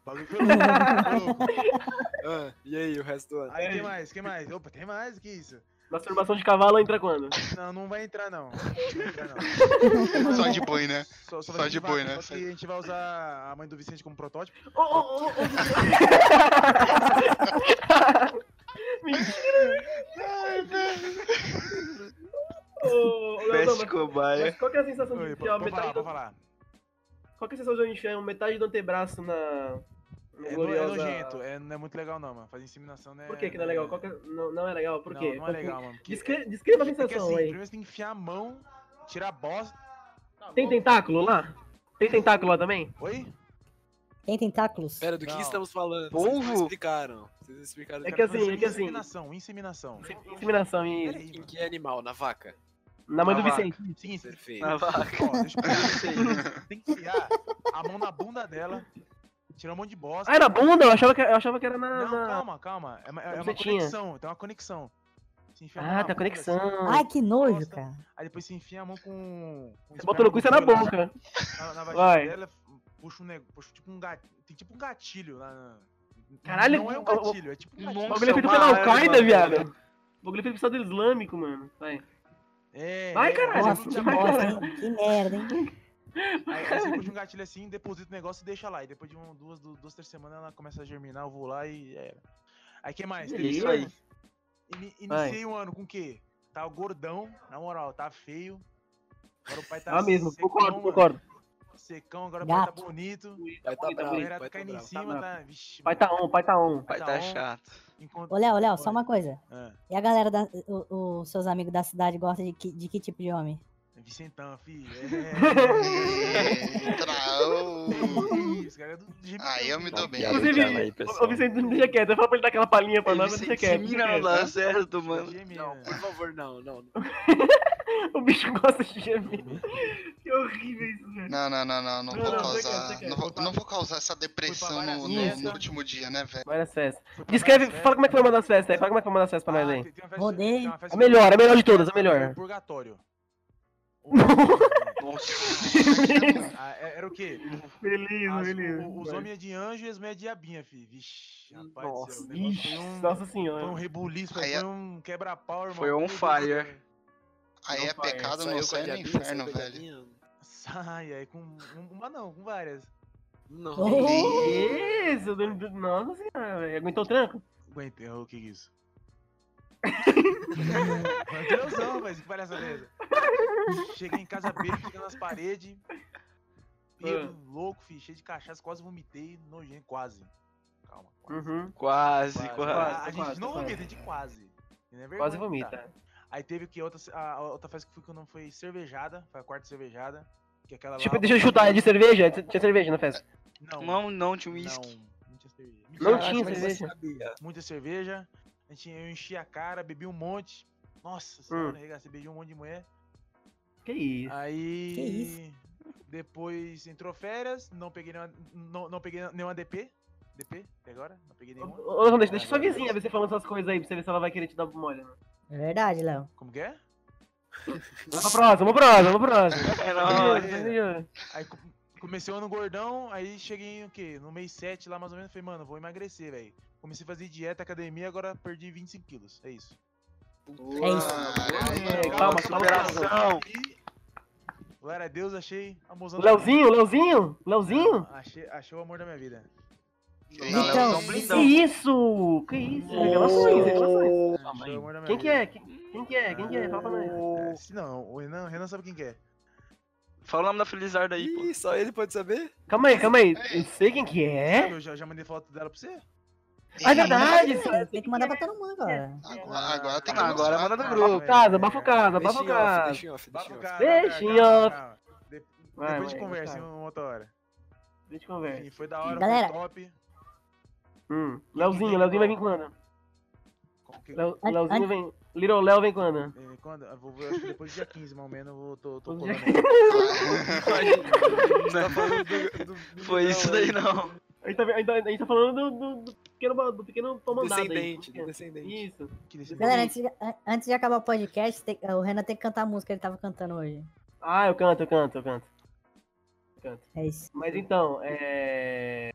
S7: O bagulho foi louco, foi louco.
S1: Ah, e aí, o resto do ano?
S7: Aí, que mais? Que mais? Opa, tem mais? Que isso?
S3: Masturbação de cavalo entra quando?
S7: Não, não vai entrar, não. Não vai entrar, não.
S5: Só de boi, né?
S7: Só,
S5: Só
S7: vai
S5: de
S7: ser
S5: boi,
S7: vaca,
S5: né?
S7: Só que a gente vai usar a mãe do Vicente como protótipo.
S3: Ô, ô, ô, ô. Mentira! Ô, ô, Leozão,
S2: Peste
S3: mas-
S2: cobaia.
S3: mas qual que é a sensação de
S7: Oi,
S3: enfiar
S7: pode, pode
S3: metade
S7: falar,
S3: do...
S7: pode falar.
S3: Qual que é a sensação de enfiar metade do antebraço na... na
S7: É, no- é
S3: gloriosa-
S7: nojento, é, não é muito legal não, mano. Fazer inseminação não é...
S3: Por que que não é legal? Qual que é- Não, não é legal, por
S7: não,
S3: quê?
S7: Não, é legal, mano. porque-
S3: Descre- Descreva a
S7: porque,
S3: sensação
S7: assim,
S3: aí.
S7: Primeiro você tem que enfiar a mão, tirar a bosta... Tá
S3: Tem
S7: bom.
S3: tentáculo lá? Tem tentáculo lá também?
S7: Oi?
S4: Tem tentáculos?
S1: Pera, do que
S7: Não.
S1: estamos falando?
S2: Polvo?
S1: Vocês não explicaram. Vocês não explicaram.
S3: É
S1: Cara,
S3: que assim,
S1: mas
S3: é que assim-
S7: Inseminação, inseminação.
S3: Inseminação e...
S7: Peraí,
S1: Em
S7: mano.
S1: que animal? Na vaca?
S3: Na mãe
S2: Na
S3: do Vicente.
S7: Seguinte,
S1: Perfeito.
S2: Na vaca.
S7: ó, deixa eu
S2: sei.
S3: <laughs>
S7: pegar. Tem que enfiar a mão na bunda dela, tirar um monte de bosta.
S3: Ah, era bunda? Eu achava que, eu achava que era na...
S7: Não,
S3: na-
S7: calma, calma. É, uma- é
S3: Na
S7: uma
S3: bucetinha.
S7: conexão, tem uma conexão. Você enfia a mão
S3: Ah,
S7: na
S3: tá
S7: bunda,
S3: conexão.
S7: assim,
S4: Ai, que nojo,
S7: Bosta.
S4: cara.
S7: Aí depois você enfia a mão com. com
S3: Você bota no cu e sai na
S7: esferma
S3: boca.
S7: Na, na vagina
S3: Vai.
S7: dela, puxa um negócio. Puxa tipo um gatilho. Tem tipo um gatilho lá. na-
S3: Caralho,
S7: não é um
S3: o- o-
S7: gatilho, é tipo um
S2: Nossa,
S3: O
S7: gatilho.
S3: bagulho é feito
S2: uma
S3: pela
S2: arma,
S3: Al-Qaeda,
S2: mano.
S3: viado. O bagulho é feito pelo Estado Islâmico, mano. Vai.
S7: É.
S3: Vai,
S7: é,
S3: caralho.
S7: aí você
S4: Nossa,
S7: curte
S4: que
S7: a
S4: bosta, hein? Que merda, hein?
S7: Aí, aí você puxa um gatilho assim, deposita o negócio e deixa lá. E depois de um, duas, du- duas, três semanas ela começa a germinar, eu vou lá e já era. Aí que mais? Teve
S2: Isso
S7: um
S2: aí.
S7: ano. Ini- iniciei o ano com o quê? Tava gordão, na moral, tá feio. Agora o pai tá
S3: Ah, mesmo,
S7: secão,
S3: concordo,
S7: mano.
S3: concordo.
S7: secão, agora o pai tá
S4: Gato.
S7: bonito.
S1: Vai tá
S3: bonito, tá
S7: A
S1: bravo,
S3: bonito.
S7: mulherada
S1: vai tá
S7: caindo em
S1: bravo.
S7: cima,
S3: Tá
S7: tá. Vixe,
S3: Pai tá on, pai tá on.
S2: Vai
S7: um
S2: tá chato.
S4: Ô, Léo, Léo, só uma coisa.
S7: coisa.
S4: E a galera, da, o- os seus amigos da cidade gostam de que, de que tipo de homem?
S7: Vicentão, filho.
S5: Ih, trau.
S7: É. Esse cara é do Jimmy
S5: Aí eu me dou bem.
S6: Piada
S3: Inclusive,
S6: interna aí,
S3: Ô,
S6: pessoal.
S3: Ô, Vicente, não deixa quieto. Fala pra ele dar aquela palhinha pra
S2: Ele
S3: nós, mas deixa
S2: se,
S3: quieto.
S2: se
S3: deixa
S2: mira no
S3: quiedo.
S2: lugar certo, mano.
S7: Jimmy,
S1: Não,
S7: né?
S1: por favor, não, não.
S3: <laughs> O bicho gosta de gemer. <laughs> Que horrível isso, velho.
S5: Não, não, não, não, não
S3: Não,
S5: vou
S3: não, você quer,
S5: causar.
S3: você quer.
S5: Não vou, não vou causar essa depressão no, no- no último dia, né, velho?
S3: Várias festas.
S7: Foi pra
S3: Descreve,
S7: várias
S3: fala como é que foi uma
S7: festas.
S3: das festas aí. Fala como é que foi uma das festas pra
S7: Ah,
S3: nós aí.
S7: tem- tem uma festa-
S4: Rodei.
S7: tem uma festa
S3: A melhor, a melhor de todas, a
S7: chamada
S3: melhor.
S7: Purgatório.
S3: <laughs>
S2: Nossa.
S7: <laughs> Ah, é- era o quê?
S3: Beleza,
S7: As-
S3: beleza.
S7: o- os homens é de anjo e as mulheres é de diabinha, filho. Vixe, rapaz do
S1: Nossa.
S7: céu. o negócio
S3: Ixi,
S7: foi um,
S3: nossa
S7: foi um
S3: senhora.
S7: rebuliço,
S5: Aí
S7: foi um quebra-pau, irmão.
S2: é- Foi on
S7: Meu Deus do
S2: fire.
S7: céu.
S5: Aí
S7: Não,
S5: é
S7: pai,
S5: pecado,
S1: Saiu
S5: não
S1: com a
S5: sai no
S1: diabinha,
S5: inferno,
S1: saiu com a
S5: velho.
S1: diabinha.
S7: Sai, aí com um- uma não, com várias.
S1: Não.
S4: Oh.
S3: Beleza, do- do- nossa senhora. velho. Aguentou o tranco?
S7: Aguentei, o que que
S3: <laughs>
S7: é isso? Deusão, mas que palhaçada é essa? Cheguei em casa bêbado, ficando nas paredes. Bêbado,
S3: Ah.
S7: louco, filho, cheio de cachaça, quase vomitei, nojento, quase. Calma, quase.
S3: Uhum.
S2: Quase, quase.
S7: a, a gente
S3: quase,
S7: não
S3: quase.
S7: vomita, a gente quase. E não é
S3: Quase
S7: vergonha, tá?
S3: vomita.
S7: Aí teve que outra, a, a outra festa que eu fui que eu não foi cervejada, foi a quarta cervejada. Que é aquela
S3: Tipo,
S7: lá,
S3: deixa eu chutar, é de cerveja? Tinha cerveja na festa?
S7: Não,
S2: Não, não, tinha um
S7: não,
S2: uísque.
S7: não tinha cerveja.
S3: Não
S7: Caraca,
S3: tinha
S7: mas
S3: cerveja.
S7: muita cerveja. A gente, eu enchi a cara, bebi um monte. Nossa senhora, arregacei, beijei um monte de mulher.
S3: Que é isso.
S7: Aí.
S4: Que isso?
S7: Depois entrou férias, não peguei nenhuma, não, não peguei nenhuma DP. DP? Até agora? Não peguei
S3: Ô,
S7: nenhuma.
S3: ô, Anderson, deixa sua vizinha ver você falando essas coisas aí, pra você ver se ela vai querer te dar mole. né?
S4: É verdade, Léo.
S7: Como que é?
S3: Vamos pra próxima, vamos pra próxima, vamos pra próxima.
S2: É,
S7: Ah,
S2: <laughs> não.
S7: é.
S3: Beleza,
S7: Aí co- comecei o ano gordão, aí cheguei o quê? No mês 7 lá mais ou menos, falei, mano, vou emagrecer, velho. Comecei a fazer dieta, academia, agora perdi 25 quilos. É isso.
S4: É isso.
S3: beleza.
S7: Calma,
S3: Calma, calma, calma.
S2: Superação.
S7: E, Glória a Deus, achei a mozão.
S3: O
S7: da minha
S3: Leozinho, o Leozinho, o Leozinho.
S7: vida. Achei, achei o amor da minha vida.
S5: Que
S2: Não,
S5: isso?
S4: Vitão,
S2: Leozão
S3: Que
S2: blindão.
S3: isso? Que isso? É Revelações, revelações.
S7: Achei o amor da minha
S3: Quem que
S7: vida.
S3: é? Quem quem que é? Quem que é? Fala pra nós.
S7: É, se não, o Renan, o Renan sabe quem que é.
S2: Fala o nome da Felizarda aí, pô.
S1: Ih, só ele pode saber?
S3: Calma aí, calma aí. Eu sei quem que é.
S7: Eu já, já mandei foto dela pra você?
S3: Ah, é verdade.
S4: Sim, tem que mandar pra todo mundo agora.
S5: Agora, agora tem que
S2: Ah, agora manda do
S7: Ah,
S2: grupo.
S3: Abafa o caso, abafa o
S7: é.
S3: caso,
S1: Deixa
S3: abafa
S1: em
S3: o
S1: off,
S3: caso.
S1: deixa em off, deixa em
S7: Bafa o
S1: off.
S3: Beijinho.
S7: cara, calma, calma. De-
S3: Vai, É.
S7: Depois de
S3: vai,
S7: conversa, em
S3: vai.
S7: outra hora.
S3: Deixa eu te conversa.
S7: Enfim, foi da hora,
S4: Galera.
S7: foi top.
S3: Hum, Leozinho, Leozinho vai vir quando?
S7: Como que-
S3: Leo- Leozinho vem. Little Léo vem quando?
S7: É, Quando? Eu vou, eu acho que depois do dia 15, mais ou menos, eu vou, tô, tô
S3: Depois
S7: colando.
S1: Tá falando do- do
S3: do
S2: <laughs> Foi
S1: Miguel
S2: isso
S1: aí.
S2: daí, não.
S3: A gente tá, a gente tá- a gente tá falando do, do- do pequeno, ba- do pequeno comandado aí.
S1: Descendente, do descendente.
S3: Isso.
S7: Que desse-
S4: Galera, antes de, an- antes de acabar o podcast, tem- o Renan tem que cantar a música que ele tava cantando hoje.
S3: Ah, eu canto, eu canto, eu canto. Eu canto.
S4: É isso.
S3: Mas então, é.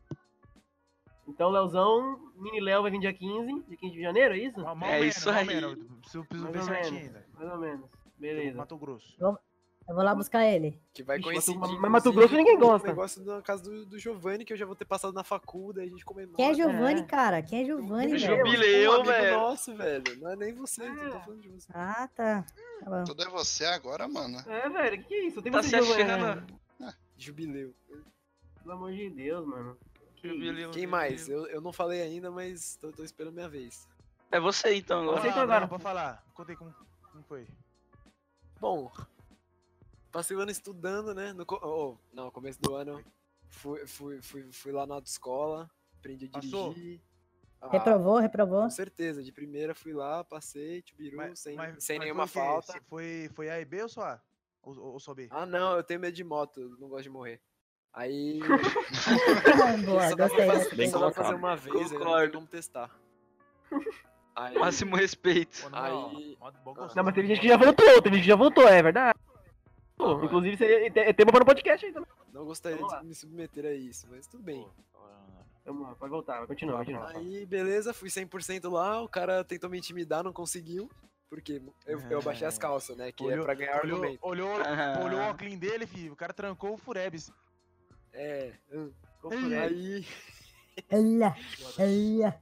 S3: Então, Leozão, mini Léo vai vir dia 15, dia 15 de janeiro, é isso?
S7: Mal- mal
S2: É
S7: menos,
S2: isso
S7: mal
S2: aí.
S7: menos. Preciso, preciso
S3: Mais
S7: ver
S3: ou
S7: certinho
S3: menos.
S7: ainda.
S3: Mais ou menos.
S7: Beleza.
S3: Beleza.
S7: Mato Grosso.
S4: Eu vou lá buscar ele.
S1: Que vai
S3: Ixi,
S1: conhecer.
S3: Mato- mas Mato Grosso ninguém gosta.
S1: negócio na casa do, do Giovanni, que eu já vou ter passado na faculdade, a gente comemora.
S4: Quem é Giovanni,
S3: é.
S4: cara? Quem é Giovanni,
S3: Gil-
S4: velho?
S3: Gil-
S2: Jubileu,
S1: um amigo
S2: velho.
S1: Nosso, velho. Não é nem você, eu tô falando de você.
S4: Ah, tá. Tá bom.
S5: Tudo é você agora, mano.
S3: É, velho, que que é isso? Tem
S2: Tá
S3: você
S2: se
S3: Giovanni,
S2: achando.
S3: né?
S1: Jubileu.
S3: Pelo amor de Deus, mano. Que isso?
S2: Jubileu,
S1: Quem
S2: jubileu.
S1: mais? Eu, eu não falei ainda, mas tô, tô esperando minha vez.
S2: É você então,
S7: Vamos
S3: Você
S1: Ah,
S2: agora.
S7: lá,
S3: tá agora.
S7: Bruno, Pode falar. Contei como, como foi.
S1: Bom, passei o ano estudando, né? No, co- oh, não, no começo do ano, fui, fui, fui, fui lá na autoescola, aprendi a
S7: Passou?
S1: dirigir. Ah,
S4: Reprovou, reprovou.
S1: Com certeza, de primeira fui lá, passei, Tibiru, sem, sem
S7: mas
S1: nenhuma
S7: foi o quê?
S1: falta.
S7: é? Se Foi, foi A e B ou só A? Ou, ou ou só B?
S1: Ah, não, eu tenho medo de moto, eu não gosto de morrer. Aí.
S4: <laughs> Boa,
S1: só dá pra
S4: gostei.
S1: fazer-
S4: gostei.
S6: Bem
S1: só dá pra fazer
S6: colocado.
S1: uma vez, aí não tem
S2: Concordo.
S1: como testar. Aí,
S2: Máximo respeito.
S7: Pô, na moral,
S1: aí- É
S7: modo bom que eu
S1: Não,
S7: sou,
S3: Não, mas teve
S7: mano.
S3: gente que já voltou, teve gente que já voltou, é verdade.
S2: Tá,
S3: Pô,
S1: mano.
S3: inclusive, seria- é tema para o podcast aí também.
S1: não gostaria
S3: Vamos lá.
S1: de me submeter a isso, mas tudo bem.
S3: Vamos lá, pode voltar, vai continuar, vai continuar.
S1: Aí, beleza, fui 100% lá, o cara tentou me intimidar, não conseguiu. Porque eu, eu baixei as calças, né? Que é
S7: Olhou-
S1: pra ganhar
S7: Olhou,
S1: argumento.
S7: olhou,
S2: Ah.
S7: olhou o óculos dele, filho. O cara trancou o Furebs.
S1: É. hum.
S3: Ficou por aí.
S1: Aí,
S4: Olha, olha.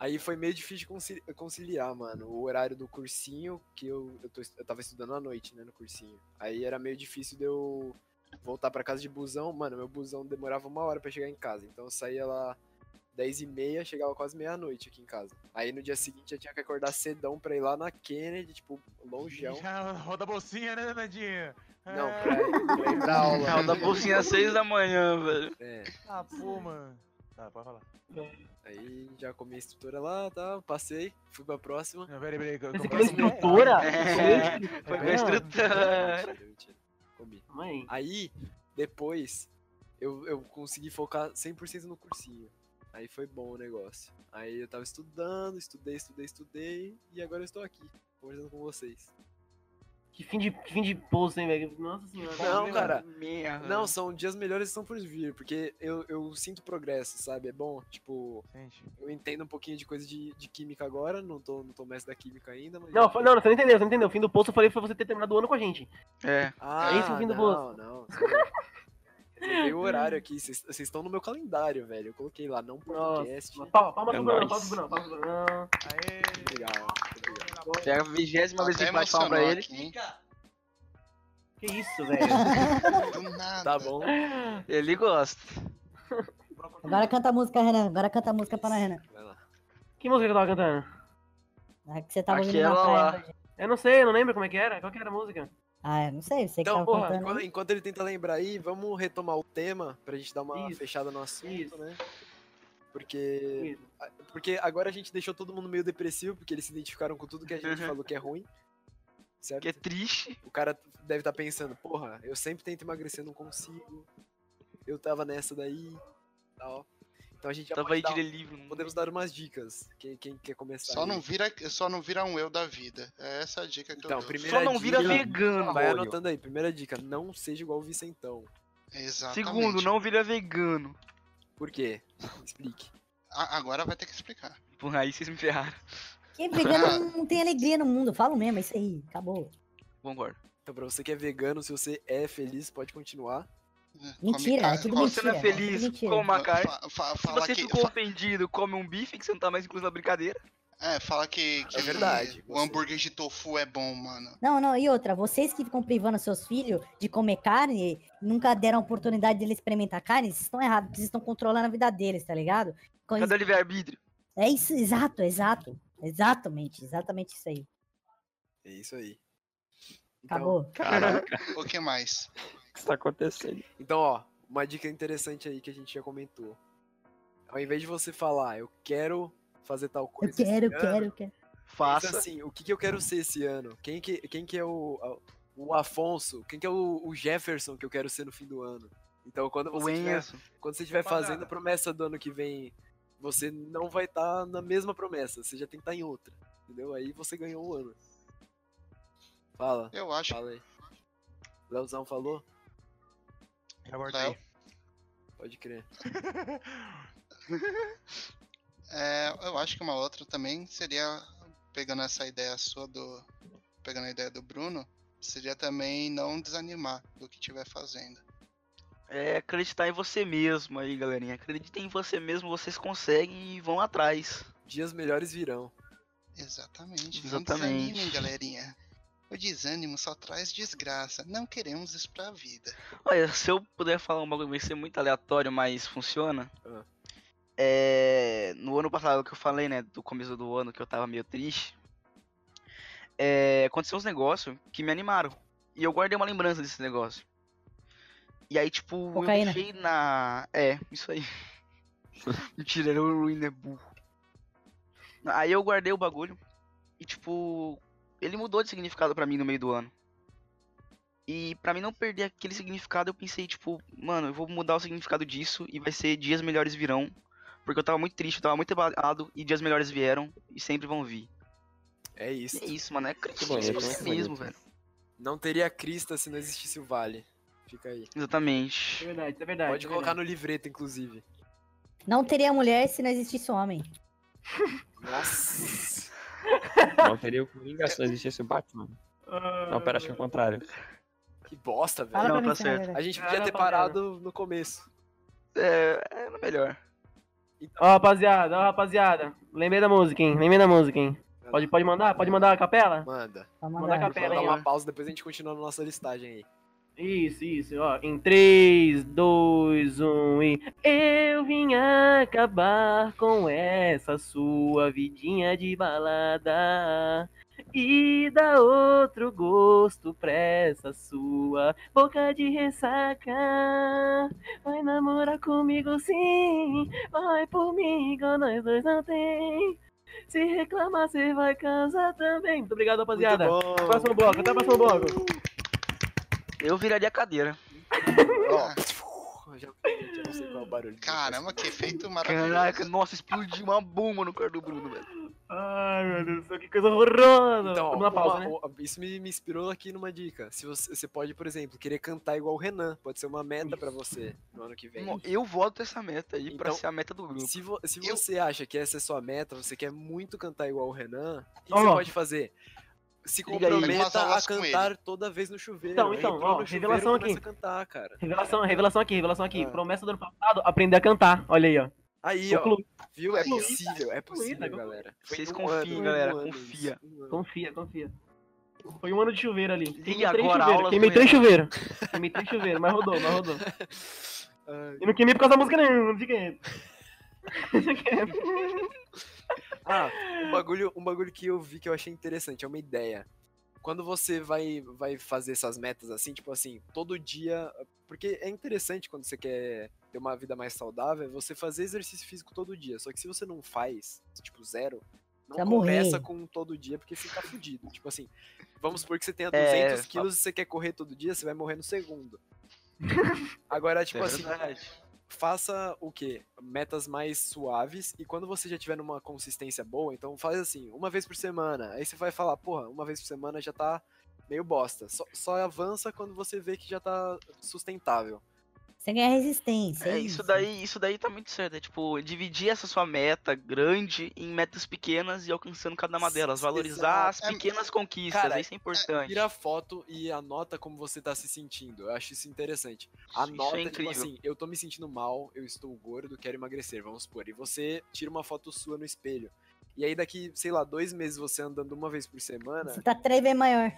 S1: aí foi meio difícil concili- conciliar, mano. O horário do cursinho, que eu, eu, tô est- eu tava estudando à noite, né? No cursinho. Aí era meio difícil de eu voltar pra casa de busão. Mano, meu busão demorava uma hora pra chegar em casa. Então eu saía lá 10 e meia, chegava quase meia-noite aqui em casa. Aí no dia seguinte eu tinha que acordar cedão pra ir lá na Kennedy, tipo,
S7: <laughs>
S1: longeão.
S7: Já roda a bolsinha, né, Nadinha?
S1: Não,
S7: Ah,
S1: pra, pra ir pra aula.
S2: Carro da bolsinha tá às 6 da manhã, velho.
S1: É.
S7: <laughs> Ah, pô, mano. Tá, pode falar.
S1: Aí já comi a estrutura lá, tá? Passei, fui pra
S2: <laughs>
S1: próxima.
S7: Não, peraí, peraí. que eu-
S3: Você
S7: que eu
S3: comeu
S7: faço ideia.
S3: estrutura?
S2: É, Foi com a
S3: É.
S2: estrutura.
S1: Mentira, mentira. Comi.
S3: Mãe.
S1: Aí, depois, eu, eu consegui focar 100% no cursinho. Aí foi bom o negócio. Aí eu tava estudando, estudei, estudei, estudei. E agora eu estou aqui, conversando com vocês.
S3: Que fim de, que fim de poço, hein, velho? Nossa senhora.
S1: Não, cara.
S2: Merda.
S1: Não, são dias melhores que estão por vir, porque eu, eu sinto progresso, sabe? É bom, tipo,
S7: Gente,
S1: eu entendo um pouquinho de coisa de, de química agora, não tô, não tô mestre da química ainda, mas.
S3: Não, fa- não, você não entendeu, você não entendeu. O fim do poço eu falei pra você ter terminado o ano com a gente.
S2: É.
S1: Ah,
S3: É isso, fim do
S1: não,
S3: bolso.
S1: não. sério. Eu vi o horário aqui, vocês vocês estão no meu calendário, velho. Eu coloquei lá, não podcast.
S3: Palma, palma
S6: É
S3: pro Bruno,
S6: nóis.
S3: palma pro Bruno, palma pro Bruno.
S7: aê.
S1: Legal,
S2: Já é a vigésima vez que a
S5: Até
S2: gente bate palma pra
S5: emocionou
S2: ele.
S5: aqui, Tá hein?
S2: <laughs>
S3: Que isso, velho.
S5: Do nada.
S1: Tá bom.
S2: Ele gosta.
S4: Agora canta a música, Renan. Agora canta a música pra nós, né? Renan.
S1: Vai lá.
S3: que música que eu tava cantando?
S4: A que você tava ouvindo na
S2: Aquela
S4: praia.
S2: lá.
S4: hoje.
S3: Eu não sei, eu não lembro como é que era. Qual que era a música?
S4: Ah, eu não sei, você que
S1: Então,
S4: tava
S1: porra,
S4: cantando.
S1: enquanto,
S4: aí.
S1: enquanto ele tenta lembrar aí, vamos retomar o tema pra gente dar uma
S3: Isso,
S1: fechada no assunto,
S3: isso.
S1: né? Porque, porque agora a gente deixou todo mundo meio depressivo, porque eles se identificaram com tudo que a gente
S2: Uhum.
S1: falou que é ruim. Certo?
S2: Que é triste.
S1: O cara deve estar pensando, porra, eu sempre tento emagrecer, não consigo. Eu tava nessa daí. Tal. Então a gente já
S2: Tava
S1: pode
S2: aí
S1: dar-
S2: de livro.
S1: podemos dar umas dicas. Quem, quem quer começar?
S5: Só
S1: aí?
S5: não, vira, só não vira um eu da vida. É essa a dica que
S1: Então,
S5: eu dou.
S1: primeira
S2: Só não vira
S1: dica,
S2: vegano.
S1: Vai
S2: velho.
S1: anotando aí. Primeira dica, não seja igual o Vicentão.
S5: Exatamente.
S2: Segundo, não vira vegano.
S1: Por quê? Explique.
S5: A- agora vai ter que explicar.
S2: Porra, aí vocês me ferraram.
S4: Que vegano não- não tem alegria no mundo. Falo mesmo, é isso aí. Acabou.
S2: Concordo.
S1: Então, pra você que é vegano, se você é feliz, pode continuar.
S4: Mentira,
S5: Come-
S4: é tudo
S5: come-
S2: Se você não é
S4: Mentira, é
S2: feliz,
S4: mentira.
S2: coma uma carne.
S5: fa- fa-
S2: Se
S5: fala
S2: você
S5: que,
S2: ficou
S5: fa-
S2: ofendido, come um bife que você não tá mais incluso na brincadeira.
S5: é, fala que, que
S1: verdade,
S5: o
S1: você-
S5: hambúrguer de tofu é bom, mano.
S4: Não, não, e outra, vocês que ficam privando seus filhos de comer carne, nunca deram a oportunidade dele experimentar carne, vocês estão errados, vocês estão controlando a vida deles, tá ligado? Com
S2: Cadê
S4: isso-
S2: o livre-arbítrio?
S4: É isso, exato, exato. Exatamente, exatamente isso aí.
S1: É isso aí. Então,
S4: Acabou.
S2: <laughs>
S6: Caraca,
S5: O que mais?
S6: o que está acontecendo?
S1: Então, ó, uma dica interessante aí que a gente já comentou. Ao invés de você falar, eu quero fazer tal coisa.
S4: eu quero, eu
S2: é.
S1: esse ano",
S4: quero, eu quero.
S1: Pensa
S2: Faça.
S1: assim, o que, que eu quero ser esse ano? Quem que, quem que é o, a- o Afonso? Quem que é o, o Jefferson que eu quero ser no fim do ano? Então, quando
S2: O
S1: você estiver
S2: Enzo.
S1: quando você estiver
S7: Rapaziada.
S1: fazendo a promessa do ano que vem, você não vai estar na mesma promessa, você já tem que estar em outra. Entendeu? Aí você ganhou o ano. Fala,
S5: Eu acho
S1: fala aí. Leozão falou?
S7: Já guardei.
S1: Pode crer.
S5: É, eu acho que uma outra também seria, pegando essa ideia sua do. Pegando a ideia do Bruno, seria também não desanimar do que estiver fazendo.
S2: É acreditar em você mesmo aí, galerinha. Acreditem em você mesmo, vocês conseguem e vão atrás.
S1: Dias melhores virão.
S5: Exatamente. Não
S2: Exatamente.
S5: desanimem, galerinha. O desânimo só traz desgraça. Não queremos isso pra vida.
S2: Olha, se eu puder falar um bagulho, vai ser muito aleatório, mas funciona.
S1: Ah.
S2: É, no ano passado que eu falei, né, do começo do ano, que eu tava meio triste, é, aconteceu uns negócios que me animaram. E eu guardei uma lembrança desse negócio. E aí, tipo, eu
S4: Cocaína.
S2: deixei na. É, isso aí. <laughs> Mentira, era o Ruin é burro. Aí eu guardei o bagulho. E, tipo, ele mudou de significado pra mim no meio do ano. E pra mim não perder aquele significado, eu pensei, tipo, mano, eu vou mudar o significado disso e vai ser dias melhores virão. Porque eu tava muito triste, eu tava muito abalado e dias melhores vieram e sempre vão vir.
S1: É isso.
S2: E é isso, mano, é crítico
S6: bonito,
S1: muito
S2: mesmo, velho.
S1: Não teria Crista se não existisse o Vale. Fica aí.
S3: É
S2: Exatamente.
S3: verdade, é verdade.
S1: Pode colocar no livreto, inclusive.
S4: Não teria mulher se não existisse homem.
S1: Nossa.
S6: Não teria o Coringa se não existisse o Batman.
S3: Ah,
S6: Não, pera, acho que é o contrário.
S1: <laughs> Que bosta, velho.
S4: Fala
S2: Não,
S4: pra mim,
S2: tá
S4: senhora.
S2: certo.
S1: A gente
S3: Cara,
S1: podia ter
S3: tá
S1: parado no começo.
S2: É, era melhor.
S3: Ó, rapaziada, ó, rapaziada. Lembrei da música, hein? Lembrei da música, hein? Pode, pode mandar? Pode mandar a capela?
S1: Manda.
S4: Vamos
S3: Manda
S4: mandar.
S3: a capela. Pera
S1: Manda
S3: aí,
S1: uma
S3: né?
S1: pausa, depois a gente continua na nossa listagem aí.
S3: Isso, isso, ó. Em 3, 2, 1 e. Eu vim acabar com essa sua vidinha de balada. E dá outro gosto pra essa sua boca de ressaca. Vai namorar comigo sim, vai por mim, igual nós dois não tem. Se reclamar, você vai casar também. Muito obrigado, rapaziada.
S1: Muito bom.
S3: Próximo bloco, até o próximo bloco.
S2: Eu viraria a cadeira.
S5: Ah,
S2: <laughs>
S1: Ó, já, já não sei qual é o barulho.
S5: Caramba, que efeito maravilhoso.
S2: Caraca, nossa, explodiu uma bomba no quarto do Bruno, velho.
S3: Ai, meu Deus do céu, que coisa horrorosa!
S1: Então, ó,
S3: Vamos na pausa,
S1: uma-
S3: né?
S1: o- isso me, me inspirou aqui numa dica. Se você, você pode, por exemplo, querer cantar igual o Renan, pode ser uma meta pra você no ano que vem.
S2: Mo- Eu voto essa meta aí pra
S1: Então,
S2: ser a meta do grupo.
S1: Se, vo- se
S5: Eu-
S1: você acha que essa é sua meta, você quer muito cantar igual o Renan, o que
S3: Ó.
S1: você pode fazer? Se
S2: Liga aí. um
S5: Faz
S1: comprometa a
S5: aulas com
S1: cantar toda vez no chuveiro.
S3: Então, então,
S1: Entrou
S3: ó,
S1: no chuveiro,
S3: revelação
S1: começa
S3: aqui.
S1: a cantar, cara.
S3: Revelação, revelação aqui, revelação aqui.
S1: Ah.
S3: Promessa do ano passado, aprender a cantar. Olha aí, ó.
S1: Aí, ó,
S3: Conclu-
S1: viu? É
S5: Aí, ó.
S1: possível, é possível,
S3: Concluída,
S1: galera. Foi
S2: Vocês
S1: em um
S2: confiem,
S1: ano,
S2: galera,
S1: um ano isso,
S2: confia.
S1: um ano.
S3: Confia, confia. Foi um ano de chuveiro ali. Queimei
S2: agora,
S3: três
S2: aulas
S3: chuveiros, queimei
S2: do
S3: três chuveiros.
S1: <laughs>
S3: Queimei três chuveiros, mas rodou, mas rodou.
S1: Ai.
S3: E não queimei por causa da música nenhuma, não fiquei. Não fiquei.
S1: Ah, um bagulho, um bagulho que eu vi que eu achei interessante, é uma ideia. Quando você vai, vai fazer essas metas assim, tipo assim, todo dia. Porque é interessante quando você quer ter uma vida mais saudável, você fazer exercício físico todo dia. Só que se você não faz, tipo, zero, não
S4: Vai
S1: começa
S4: morrer.
S1: com todo dia, porque fica fudido. Tipo assim, vamos supor que você tenha
S2: É,
S1: 200
S2: fa-
S1: quilos e você quer correr todo dia, você vai morrer no
S4: <laughs>
S1: segundo. Agora,
S2: É
S1: tipo assim, faça o quê? Metas mais suaves e quando você já tiver numa consistência boa, então faz assim, uma vez por semana. Aí você vai falar, porra, uma vez por semana já tá meio bosta. Só, só avança quando você vê que já tá sustentável.
S4: Você ganha resistência.
S2: É, isso daí, isso daí tá muito certo. É tipo, dividir essa sua meta grande em metas pequenas e alcançando cada uma delas. Valorizar as
S5: Exato. É,
S2: pequenas conquistas,
S1: cara,
S2: isso é importante.
S1: Tira a foto e anota como você tá se sentindo. Eu acho isso interessante.
S2: Isso- isso
S1: Anota,
S2: é
S1: tipo
S2: incrível.
S1: assim, eu tô me sentindo mal, eu estou gordo, quero emagrecer, vamos supor. E você tira uma foto sua no espelho. E aí daqui, sei lá, dois meses você andando uma vez por semana,
S2: né?
S4: Você tá três vezes maior.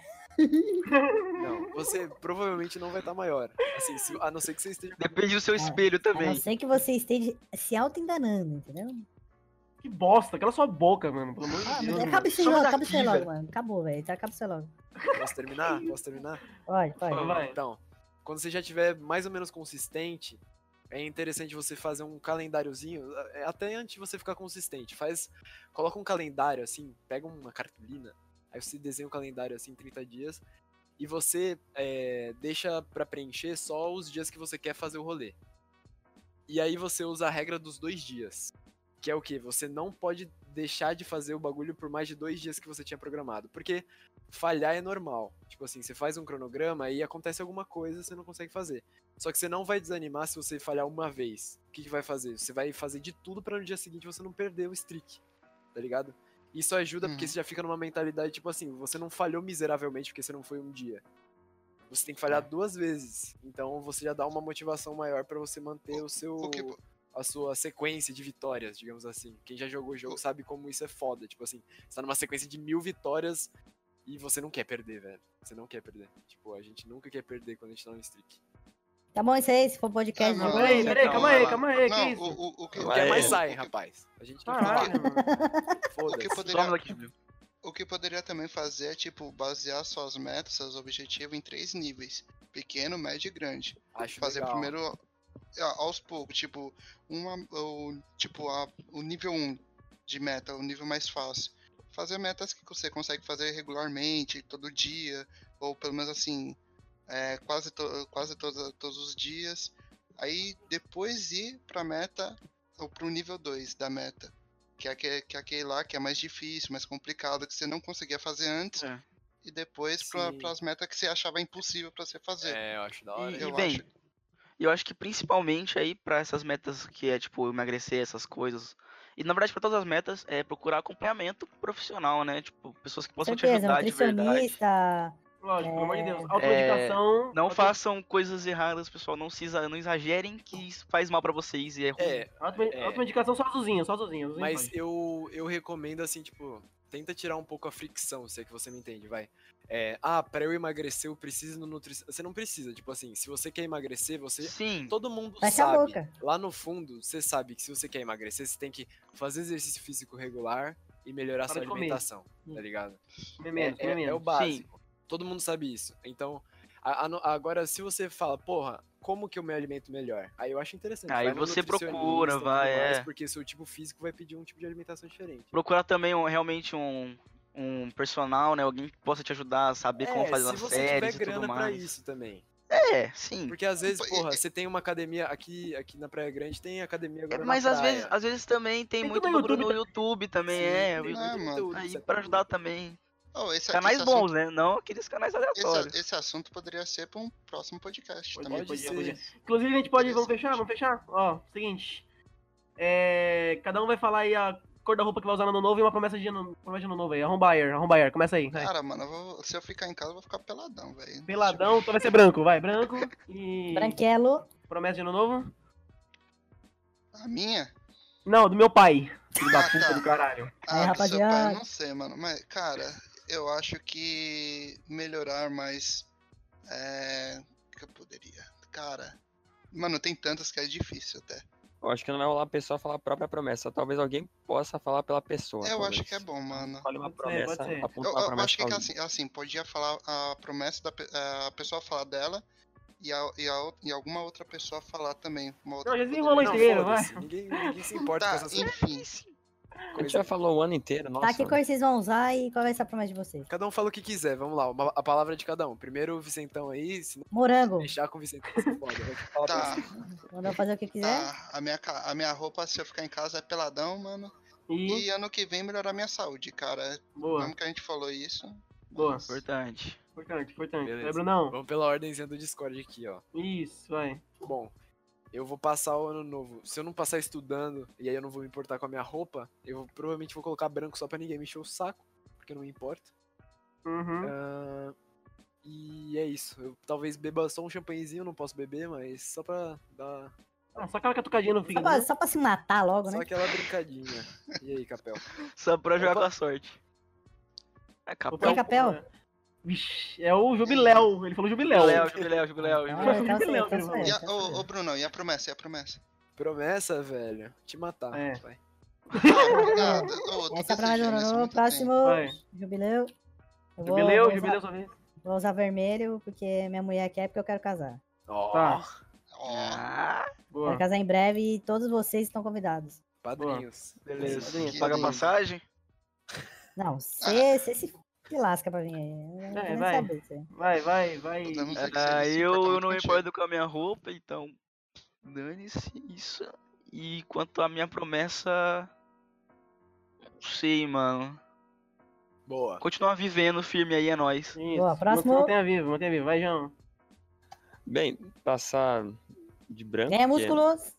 S1: Não, você provavelmente não vai estar maior. Assim, se- a não ser que você esteja.
S2: Depende do seu espelho
S4: A não
S2: também.
S4: ser que você esteja se auto-enganando, entendeu?
S3: Que bosta, cala sua boca, mano. Pelo amor
S4: Ah,
S3: de
S4: mas
S3: Deus.
S4: acaba isso aí
S2: Some
S4: logo, acaba isso aí
S2: daqui,
S4: logo,
S2: velho.
S4: mano. Acabou, velho. Então acaba isso aí logo.
S1: Posso terminar? Posso terminar?
S4: Olha, olha.
S3: Vai, vai.
S1: Então, quando você já tiver mais ou menos consistente, é interessante você fazer um calendáriozinho. é, Até antes de você ficar consistente, faz. Coloca um calendário assim, pega uma cartolina, aí você desenha um calendário assim, 30 dias, e você é, deixa pra preencher só os dias que você quer fazer o rolê. E aí você usa a regra dos dois dias. Que é o que? Você não pode deixar de fazer o bagulho por mais de dois dias que você tinha programado. Porque falhar é normal. Tipo assim, você faz um cronograma e acontece alguma coisa você não consegue fazer. Só que você não vai desanimar se você falhar uma vez. O que, que vai fazer? Você vai fazer de tudo pra no dia seguinte você não perder o streak. Tá ligado? Isso ajuda porque
S5: Uhum.
S1: você já fica numa mentalidade tipo assim: você não falhou miseravelmente porque você não foi um dia. Você tem que
S5: É.
S1: falhar duas vezes. Então você já dá uma motivação maior pra você manter o, seu
S5: O que,
S1: a sua sequência de vitórias, digamos assim. Quem já jogou o jogo sabe como isso é foda. Tipo assim, você tá numa sequência de mil vitórias e você não quer perder, velho. Você não quer perder. Tipo, a gente nunca quer perder quando a gente tá no streak.
S4: Tá bom, isso aí, se for podcast.
S5: Tá bom.
S4: vamos
S3: Peraí,
S4: lá.
S3: peraí,
S5: Não,
S3: calma aí,
S5: não,
S3: calma aí, que
S5: não, é.
S3: isso?
S5: o, o, o que
S6: Vai,
S5: o que-
S1: Quer mais
S5: o-
S1: sai,
S5: o-
S1: rapaz. um A gente não
S3: Caralho,
S1: fala.
S3: mano.
S5: O que
S1: Foda-se.
S5: poderia,
S2: Bruno.
S5: o que poderia também fazer é, tipo, basear suas metas, seus objetivos em três níveis. Pequeno, médio e grande.
S1: Acho
S5: fazer
S1: legal.
S5: primeiro a- aos poucos, tipo, uma, o, tipo a, o nível 1 de meta, o nível mais fácil. Fazer metas que você consegue fazer regularmente, todo dia, ou pelo menos assim, é, quase, to, quase todos, todos os dias. Aí depois ir pra meta, ou pro nível 2 da meta. Que é, aque- que é aquele lá que é mais difícil, mais complicado, que você não conseguia fazer antes.
S2: É.
S5: E depois
S1: Sim.
S5: para as metas que você achava impossível pra você fazer.
S1: É, eu acho da
S2: E,
S1: hora.
S2: e
S5: eu
S2: bem,
S5: acho.
S2: eu acho que principalmente aí pra essas metas que é tipo emagrecer, essas coisas, E na verdade, pra todas as metas, é procurar acompanhamento profissional, né? Tipo, pessoas que possam te
S4: certeza, um
S2: ajudar de verdade.
S4: nutricionista.
S3: Lógico, pelo amor de Deus.
S4: É.
S3: Autoindicação.
S2: Não
S3: auto-
S2: façam coisas erradas, pessoal. Não, se, exa- não exagerem que isso faz mal pra vocês e é ruim.
S1: É,
S3: auto-
S1: É.
S3: Autoindicação só sozinho, só sozinho. sozinho
S1: Mas
S3: pode.
S1: eu, eu recomendo, assim, tipo, tenta tirar um pouco a fricção, se é que você me entende, vai. É, ah, pra eu emagrecer, eu preciso no nutricionista. Você não precisa, tipo assim, se você quer emagrecer, você.
S2: Sim,
S1: Todo mundo
S4: Fecha a
S1: sabe.
S4: boca.
S1: Lá no fundo, você sabe que se você quer emagrecer, você tem que fazer exercício físico regular e melhorar
S3: Para
S1: sua
S3: de comer.
S1: alimentação,
S3: Hum.
S1: tá ligado?
S3: Come
S1: É,
S3: menos, come
S1: é- é
S3: menos.
S1: o básico. Todo mundo sabe isso. Então, a- a no- agora, se você fala, porra, como que eu me alimento melhor? Aí eu acho interessante.
S2: Aí
S1: vai no
S2: você
S1: nutricionista
S2: procura,
S1: e tudo
S2: vai,
S1: mais,
S2: é.
S1: Porque seu tipo físico vai pedir um tipo de alimentação diferente.
S2: procurar também um- realmente um, um personal, né? Alguém que possa te ajudar a saber como fazer
S1: É, se
S2: as
S1: você tiver
S2: séries e
S1: grana
S2: tudo
S1: pra
S2: mais.
S1: isso também.
S2: É, sim.
S1: Porque às vezes,
S5: Opa, Hum. e- é
S1: porra, você tem uma academia aqui, aqui na Praia Grande, tem academia
S2: É,
S1: agora
S2: mas
S1: na
S2: às
S1: praia.
S2: vezes, às vezes também tem,
S3: Tem
S2: muito
S3: tudo no
S2: bagulho no
S3: YouTube
S2: YouTube também,
S1: Sim,
S2: é.
S1: tem
S2: eu-
S1: muito
S5: Ah, mano.
S1: conteúdo, isso
S2: Aí
S1: é
S2: pra
S1: tudo.
S2: ajudar também.
S5: Oh, esse,
S2: Canais
S5: esse
S2: bons,
S5: assunto-
S2: né? Não aqueles canais
S5: esse-
S2: aleatórios.
S5: Esse, assunto poderia ser pra um próximo podcast
S3: Pode-
S5: também.
S1: Pode
S3: podia,
S1: ser.
S3: podia. Inclusive, a gente pode. Vamos
S5: Interessante.
S3: fechar? Vamos fechar? Ó, seguinte. É, cada um vai falar aí a cor da roupa que vai usar no ano novo e uma promessa de ano, promessa de ano novo aí. Arrombaier, arrombaier, começa aí. vai.
S5: Cara, mano, eu vou- se eu ficar em casa, eu vou ficar peladão, velho. Tipo,
S3: Peladão, então vai ser branco, vai. Branco e.
S4: Branquelo.
S3: Promessa de ano novo?
S5: A minha?
S3: Não, do meu pai. Filho da
S5: Ah,
S3: puta
S5: tá.
S3: do caralho.
S5: Ah, do seu
S4: rapaziada.
S5: pai, eu não sei, mano. Mas, cara, eu acho que melhorar mais. É. O que eu poderia? Cara. Mano, tem tantas que é difícil até.
S6: Eu acho que não vai rolar a pessoa falar a própria promessa. só Talvez alguém possa falar pela pessoa.
S5: Eu acho
S6: talvez.
S5: que é bom, mano.
S6: Fale uma
S3: Pode ser,
S6: promessa, né?
S3: pode ser.
S6: aponta
S5: Eu,
S6: uma
S5: eu
S6: promessa
S5: acho que
S6: pra
S5: que
S6: alguém.
S5: assim, assim, podia falar a promessa da pe- a pessoa falar dela e, a, e, a, ou- e alguma outra pessoa falar também. Uma outra
S3: Não, já
S5: poderia-
S3: desenrola
S1: Não,
S3: inteiro, vai.
S1: foda-se, Ninguém, ninguém se importa
S5: Tá,
S1: com essas
S5: enfim.
S6: A gente já
S1: coisas.
S6: falou o ano inteiro, nossa.
S4: Tá, que cor vocês vão usar e qual vai ser a promessa de vocês?
S1: Cada um fala o que quiser, vamos lá, uma- a palavra de cada um. Primeiro o Vicentão aí, se não
S4: Morango.
S1: deixar com o Vicentão, você foda. Vai que fala pra
S5: Tá,
S1: você.
S4: Mandou eu fazer o que
S2: Né?
S4: quiser.
S5: tá. A minha, ca- a minha roupa, se eu ficar em casa, é peladão, mano.
S3: E.
S5: E ano que vem melhorar minha saúde, cara.
S3: Boa,
S5: Como que a gente falou isso?
S3: boa.
S2: Importante.
S3: Importante, importante.
S1: Beleza.
S3: Lembra não?
S1: Vamos pela ordemzinha do Discord aqui, ó.
S3: Isso, vai.
S1: Bom, eu vou passar o ano novo. Se eu não passar estudando, e aí eu não vou me importar com a minha roupa, eu vou- provavelmente vou colocar branco só pra ninguém me encher o saco, porque eu não me importa.
S3: Uhum.
S1: Ah, e é isso. Eu talvez beba só um champanhezinho, não posso beber, mas só pra dar
S3: Ah, só aquela catucadinha no
S4: Só
S3: fígado.
S4: pra,
S3: né?
S4: só pra se matar logo,
S1: só
S4: né?
S1: aquela brincadinha. E aí, Capel?
S2: Só pra jogar
S1: Opa.
S2: com a sorte. É
S3: Vou
S2: capel.
S4: Tem
S3: pegar-
S4: capel?
S3: Vixe, é o Jubiléu. Ele falou Jubiléu.
S2: Jubiléu, jubiléu, jubiléu.
S4: Ah,
S2: jubiléu.
S4: então sei,
S3: Não,
S4: então
S3: não,
S4: sou eu,
S5: E a,
S4: então sou
S5: ô,
S4: eu.
S5: ô, Bruno, e a promessa? E a promessa?
S4: <laughs>
S1: Promessa, velho? Te matar,
S3: É.
S1: rapaz.
S5: Ah, nada. Ô, tô
S4: Essa é a promessa do
S5: desejando isso há
S4: ano novo.
S5: muito
S4: Próximo,
S3: Vai.
S4: jubileu. Eu vou-
S3: Jubileu,
S4: vou usar-
S3: jubileu, sua vez.
S4: Vou usar vermelho porque minha mulher quer porque eu quero casar.
S1: Ó,
S3: Tá.
S5: tempo. Ó,
S2: Ah,
S3: Boa.
S4: Quero casar em breve e todos vocês estão convidados.
S1: padrinhos.
S2: beleza.
S5: Padrinho,
S2: Paga
S5: padrinho.
S2: passagem?
S4: Não,
S5: Ah.
S4: você se, se lasca pra vir aí. Eu não
S3: É,
S4: quero nem
S3: vai.
S4: saber, cê.
S3: Vai, vai, vai.
S5: tô dando um sexo,
S2: Ah,
S5: isso
S2: eu
S5: importante
S2: não me
S5: contigo.
S2: importo com a minha roupa, então. Dane-se isso. E quanto à minha promessa. Não sei, mano.
S1: Boa.
S2: Continuar vivendo firme aí é nóis.
S3: Isso.
S4: Boa, próximo.
S3: Mantenha vivo, mantenha vivo. Vai, João.
S6: Bem, passar de
S3: É,
S6: branco.
S4: Ganha
S6: que- é-
S4: músculos.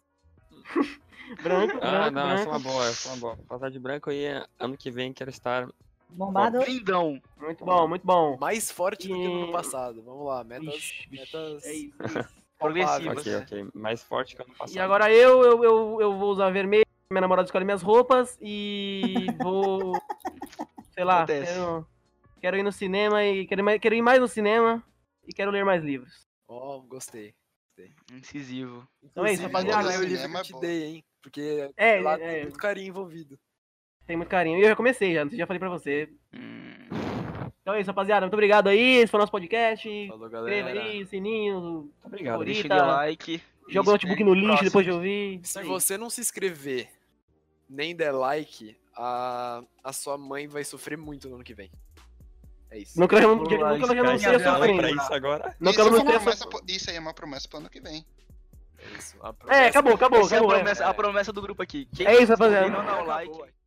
S3: Branco,
S6: Ah,
S3: branco,
S6: não, essa é uma
S3: branco.
S6: boa, essa é uma boa. Passar de branco aí, é- ano que vem quero estar.
S4: Bombado.
S2: Brindão.
S3: Muito bom, muito bom.
S1: Mais forte do que no
S3: E-
S1: ano passado. Vamos lá, metas.
S3: Ixi,
S1: metas...
S3: É isso, é isso.
S2: Progressivas.
S1: palpáveis,
S6: Ok,
S1: né?
S6: ok. Mais forte que ano passado.
S3: E agora eu, eu, eu, eu vou usar vermelho, minha namorada escolhe minhas roupas
S4: <laughs>
S3: e vou. sei lá,
S2: Acontece.
S3: quero, quero ir no cinema e quero, ir mais- quero ir mais no cinema e quero ler mais livros.
S1: Ó, gostei.
S2: Incisivo.
S1: Então é isso,
S3: Inclusive,
S1: rapaziada.
S3: todas
S1: É
S3: as
S1: o livro que eu
S5: cinemas
S1: te
S5: é
S1: dei, hein? Porque
S3: É,
S1: lá
S3: é,
S1: tem muito carinho envolvido.
S3: tem muito carinho. E eu já comecei, já, já falei pra você.
S2: Hum,
S3: Então é isso, rapaziada. Muito obrigado aí. Esse foi o nosso podcast.
S1: Falou,
S3: Inscreva
S1: galera.
S3: aí, sininho.
S6: Obrigado.
S3: Favorito.
S2: deixa de
S3: Eita.
S2: like. e
S3: Joga o notebook
S2: espere
S3: tipo, no
S2: o
S3: lixo
S2: né? próximo.
S3: depois de ouvir. Isso
S1: Se
S3: aí.
S1: você não se inscrever nem der like, a, a sua mãe vai sofrer muito no ano que vem. É isso.
S3: Não quero não
S2: Vamos
S3: quero-
S2: lá,
S3: não quero
S2: Sky,
S3: renunciar à
S2: Gabriela,
S3: sua
S6: Fala pra
S3: frente.
S6: isso agora.
S3: Não
S5: Isso
S3: quero
S5: é
S3: renunciar
S5: uma
S3: à sua
S5: promessa pro- Isso aí é uma promessa pro ano que vem.
S1: É isso. A
S3: É,
S1: promessa-
S3: acabou, acabou.
S2: Essa é a
S3: acabou, é.
S2: promessa, a promessa do grupo aqui. Quem
S3: É isso, rapaziada.
S2: não dá o
S1: Acabou,
S2: like.
S1: é.